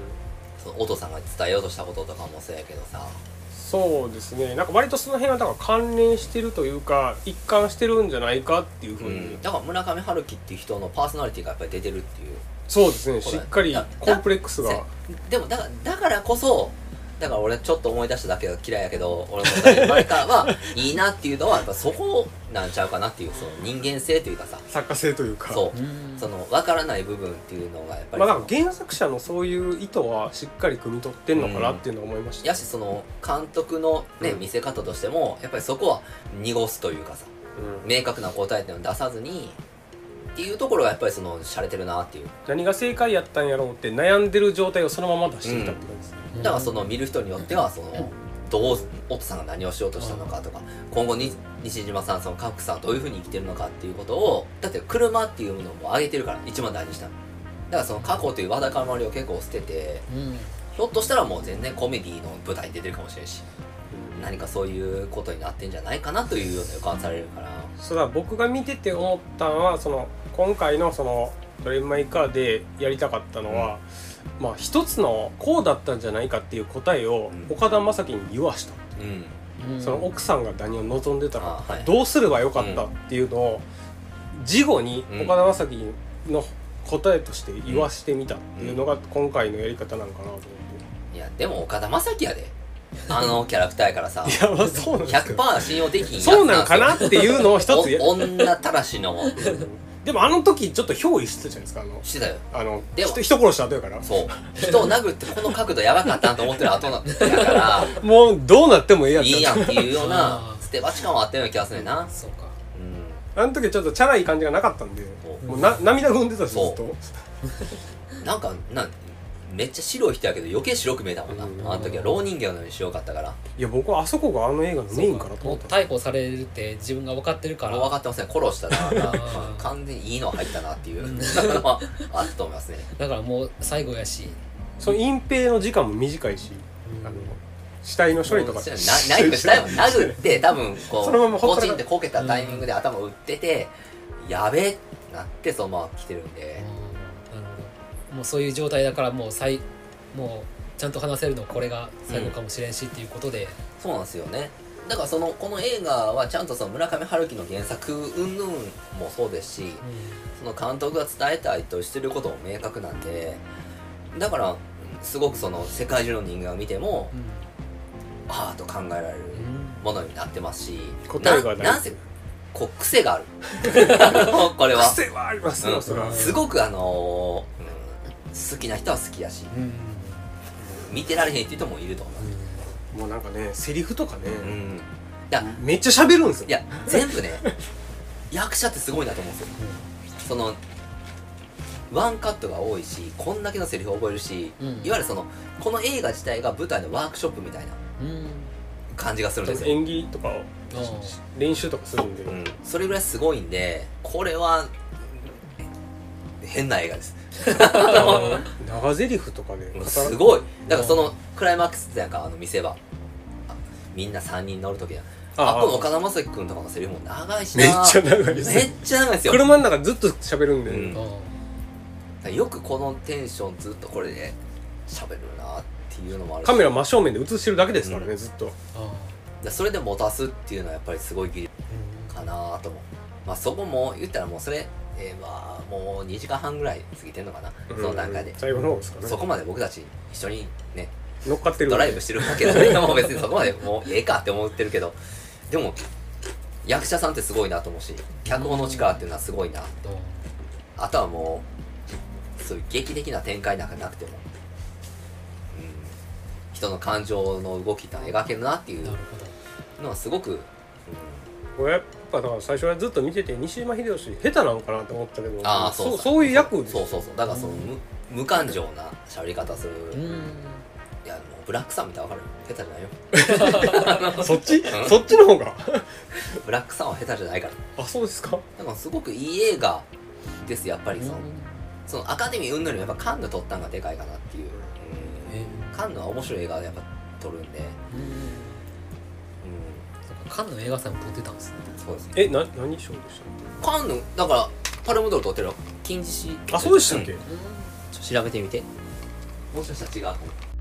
S2: そのお父さんが伝えようとしたこととかもそうやけどさ
S1: そうですねなんか割とその辺はだから関連してるというか一貫してるんじゃないかっていうふうに、
S2: だから村上春樹っていう人のパーソナリティがやっぱり出てるっていう
S1: そうですね
S2: そ
S1: し
S2: うだ
S1: っ
S2: ね
S1: かり
S2: だ
S1: コンプレックスが
S2: せでもだからだからこそだから俺ちょっと思い出しただけが嫌いやけど俺の中でマイカーはいいなっていうのはやっぱそこなんちゃうかなっていうその人間性というかさ
S1: 作家性というか
S2: そううんその分からない部分っていうのがやっぱり
S1: まあ、なんか原作者のそういう意図はしっかり汲み取ってんのかなっていうのは思いました、
S2: やしその監督の、ね
S1: うん
S2: 見せ方としてもやっぱりそこは濁すというかさ
S1: うん
S2: 明確な答えっていうのを出さずにっていうところがやっぱりその洒落てるなっていう
S1: 何が正解やったんやろうって悩んでる状態をそのまま出してきたって感じですね、
S2: だからその見る人によってはそのどうお父さんが何をしようとしたのかとか今後に西島さんその賀来さんどういうふうに生きてるのかっていうことをだって車っていうものも上げてるから一番大事にしたのだからその過去というわだかまりを結構捨てて
S3: うん
S2: ひょっとしたらもう全然コメディの舞台に出てるかもしれんし何かそういうことになってんじゃないかなというような予感されるから
S1: そうだ僕が見てて思ったのはその今回のその「ドレイン・マイ・カー」でやりたかったのは、まあ一つのこうだったんじゃないかっていう答えを
S2: うん
S1: 岡田将生に言わした、
S2: うん
S3: うん
S1: その奥さんが何を望んでたか
S2: あ、はい
S1: どうすればよかったっていうのを事後に
S2: うん
S1: 岡田将生の答えとして言わしてみたっていうのが今回のやり方なんかなと思って、
S2: いやでも岡田将 生やであのキャラクターやからさ
S1: いやまあ そうなんですけど
S2: 100%信用できひんや つ
S1: そうなんか
S2: で
S1: なっていうのを
S2: すよ
S1: 一つや
S2: お女たらしの
S1: でもあの時ちょっと憑依してたじゃないですかあの
S2: してたよ
S1: あの
S2: でも
S1: 人人殺した後やから
S2: そう人を殴ってこの角度やばかったなと思ってる後なんだか
S1: もうどうなってもええや
S2: ら
S1: つ
S2: い
S1: だ
S2: いやんっていうよう な
S3: あー
S2: 捨て鉢感はあったような気がするねんな
S3: そうか
S2: う
S1: あの時ちょっとチャラい感じがなかったんで
S2: んそう
S1: もうな涙ぐんでたしず
S2: そう
S1: っと
S2: なんかなんめっちゃ白い人やけど余計白く見えたもんな
S1: うん
S2: あの時は老人形のように白かったから
S1: いや僕はあそこがあの映画のメインかなと
S3: も
S1: 思
S3: う
S1: った
S3: 逮捕されるって自分が分かってるから
S2: 分かってません殺した な
S3: あー
S2: まあ完全にいいの入ったなっていうのは あったと思いますね
S3: だからもう最後やし
S1: その隠蔽の時間も短いし
S3: うん
S1: あの死体の処理とか
S2: もうなナイフしたよ殴って多分こ
S1: そのまま
S2: う
S1: ほっ
S2: ポ
S1: たら
S2: チンってこけたタイミングで頭打っててやべえってなってそのまま来てるん
S3: う
S2: で
S3: んなるほどもうそういう状態だからもう最もうちゃんと話せるのこれが最後かもしれんしっていうことで、
S2: そうなんですよねだからそのこの映画はちゃんとその村上春樹の原作云々もそうですしその監督が伝えたいとしてることも明確なんでだからすごくその世界中の人間を見ても
S3: うん
S2: ああと考えられるものになってますし
S1: 答えがない
S2: ななんせこう癖がある あのこれは
S1: 癖はありますよそれは
S3: うん
S2: すごくあのーうん好きな人は好きやし
S3: うん
S2: 見てられへんって人もいると思う、
S1: もうなんかねセリフとかね
S2: うん、だから
S1: めっちゃ喋るんです
S2: い
S1: よ
S2: や全部ね 役者ってすごいなと思うんですよそのワンカットが多いしこんだけのセリフを覚えるし、
S3: うん
S2: いわゆるそのこの映画自体が舞台のワークショップみたいな
S3: うんうん
S2: 感じがするんですよ、
S1: 演技とかを
S3: う
S1: 練習とかするんで
S2: うん、それぐらいすごいんでこれはえ変な映画です
S1: あの長セリフとかね
S2: うん
S1: 語
S2: す
S1: ら
S2: ごいだからそのクライマックスってなんかあの見せ場あみんな3人乗る時やあこの岡田将生君とかのセリフも長いしな
S1: めっちゃ長いです
S2: めっちゃ長いんですよ
S1: 車の中ずっと喋るんで、
S2: うん
S3: うん
S2: よくこのテンションずっとこれで喋るなっていうのもあるし
S1: カメラ真正面で映してるだけですからね、
S2: うん
S1: ずっと
S3: あ
S2: でそれで持たすっていうのはやっぱりすごい技術
S3: ー
S2: かなと思うまあそこも言ったらもうそれ、えーまあもう2時間半ぐらい過ぎてんのかな、その段階で
S1: うん、最後の方ですかね
S2: そこまで僕たち一緒にね
S1: 乗っかってるんで
S2: ドライブしてるわけだからもう別にそこまでもうええかって思ってるけどでも役者さんってすごいなと思うし脚本の力っていうのはすごいな
S3: うん
S2: あとはもうそういう劇的な展開なんかなくても、うん、人の感情の動きってのは描けるなっていう
S3: なる
S2: のはすごく、
S1: これやっぱだから最初はずっと見てて西島秀俊下手なのかなと思ったけど
S2: ああそう
S1: そうそういう役です
S2: そうそうそうだからその無無感情な喋り方する、
S3: ほどう
S2: い
S3: ん
S2: やもうブラックさんみたいなわかる下手じゃないよ
S1: そっちそっちの方が
S2: ブラックさんは下手じゃないから
S1: あそうですか
S2: だからすごくいい映画ですよやっぱりその,、そのアカデミー云々よりもやっぱカンヌ撮ったんがでかいかなっていう、うん
S3: え
S2: カンヌは面白い映画をやっぱ撮るんで、う
S3: そっかカンヌの映画祭も撮ってたんですね
S2: ん、そうですね
S1: えな何賞でした
S2: カンヌだからパルムドール撮ってるよ金獅子
S1: あそうでしたっけ、
S2: ちょっと調べてみてもしかしたら違うかも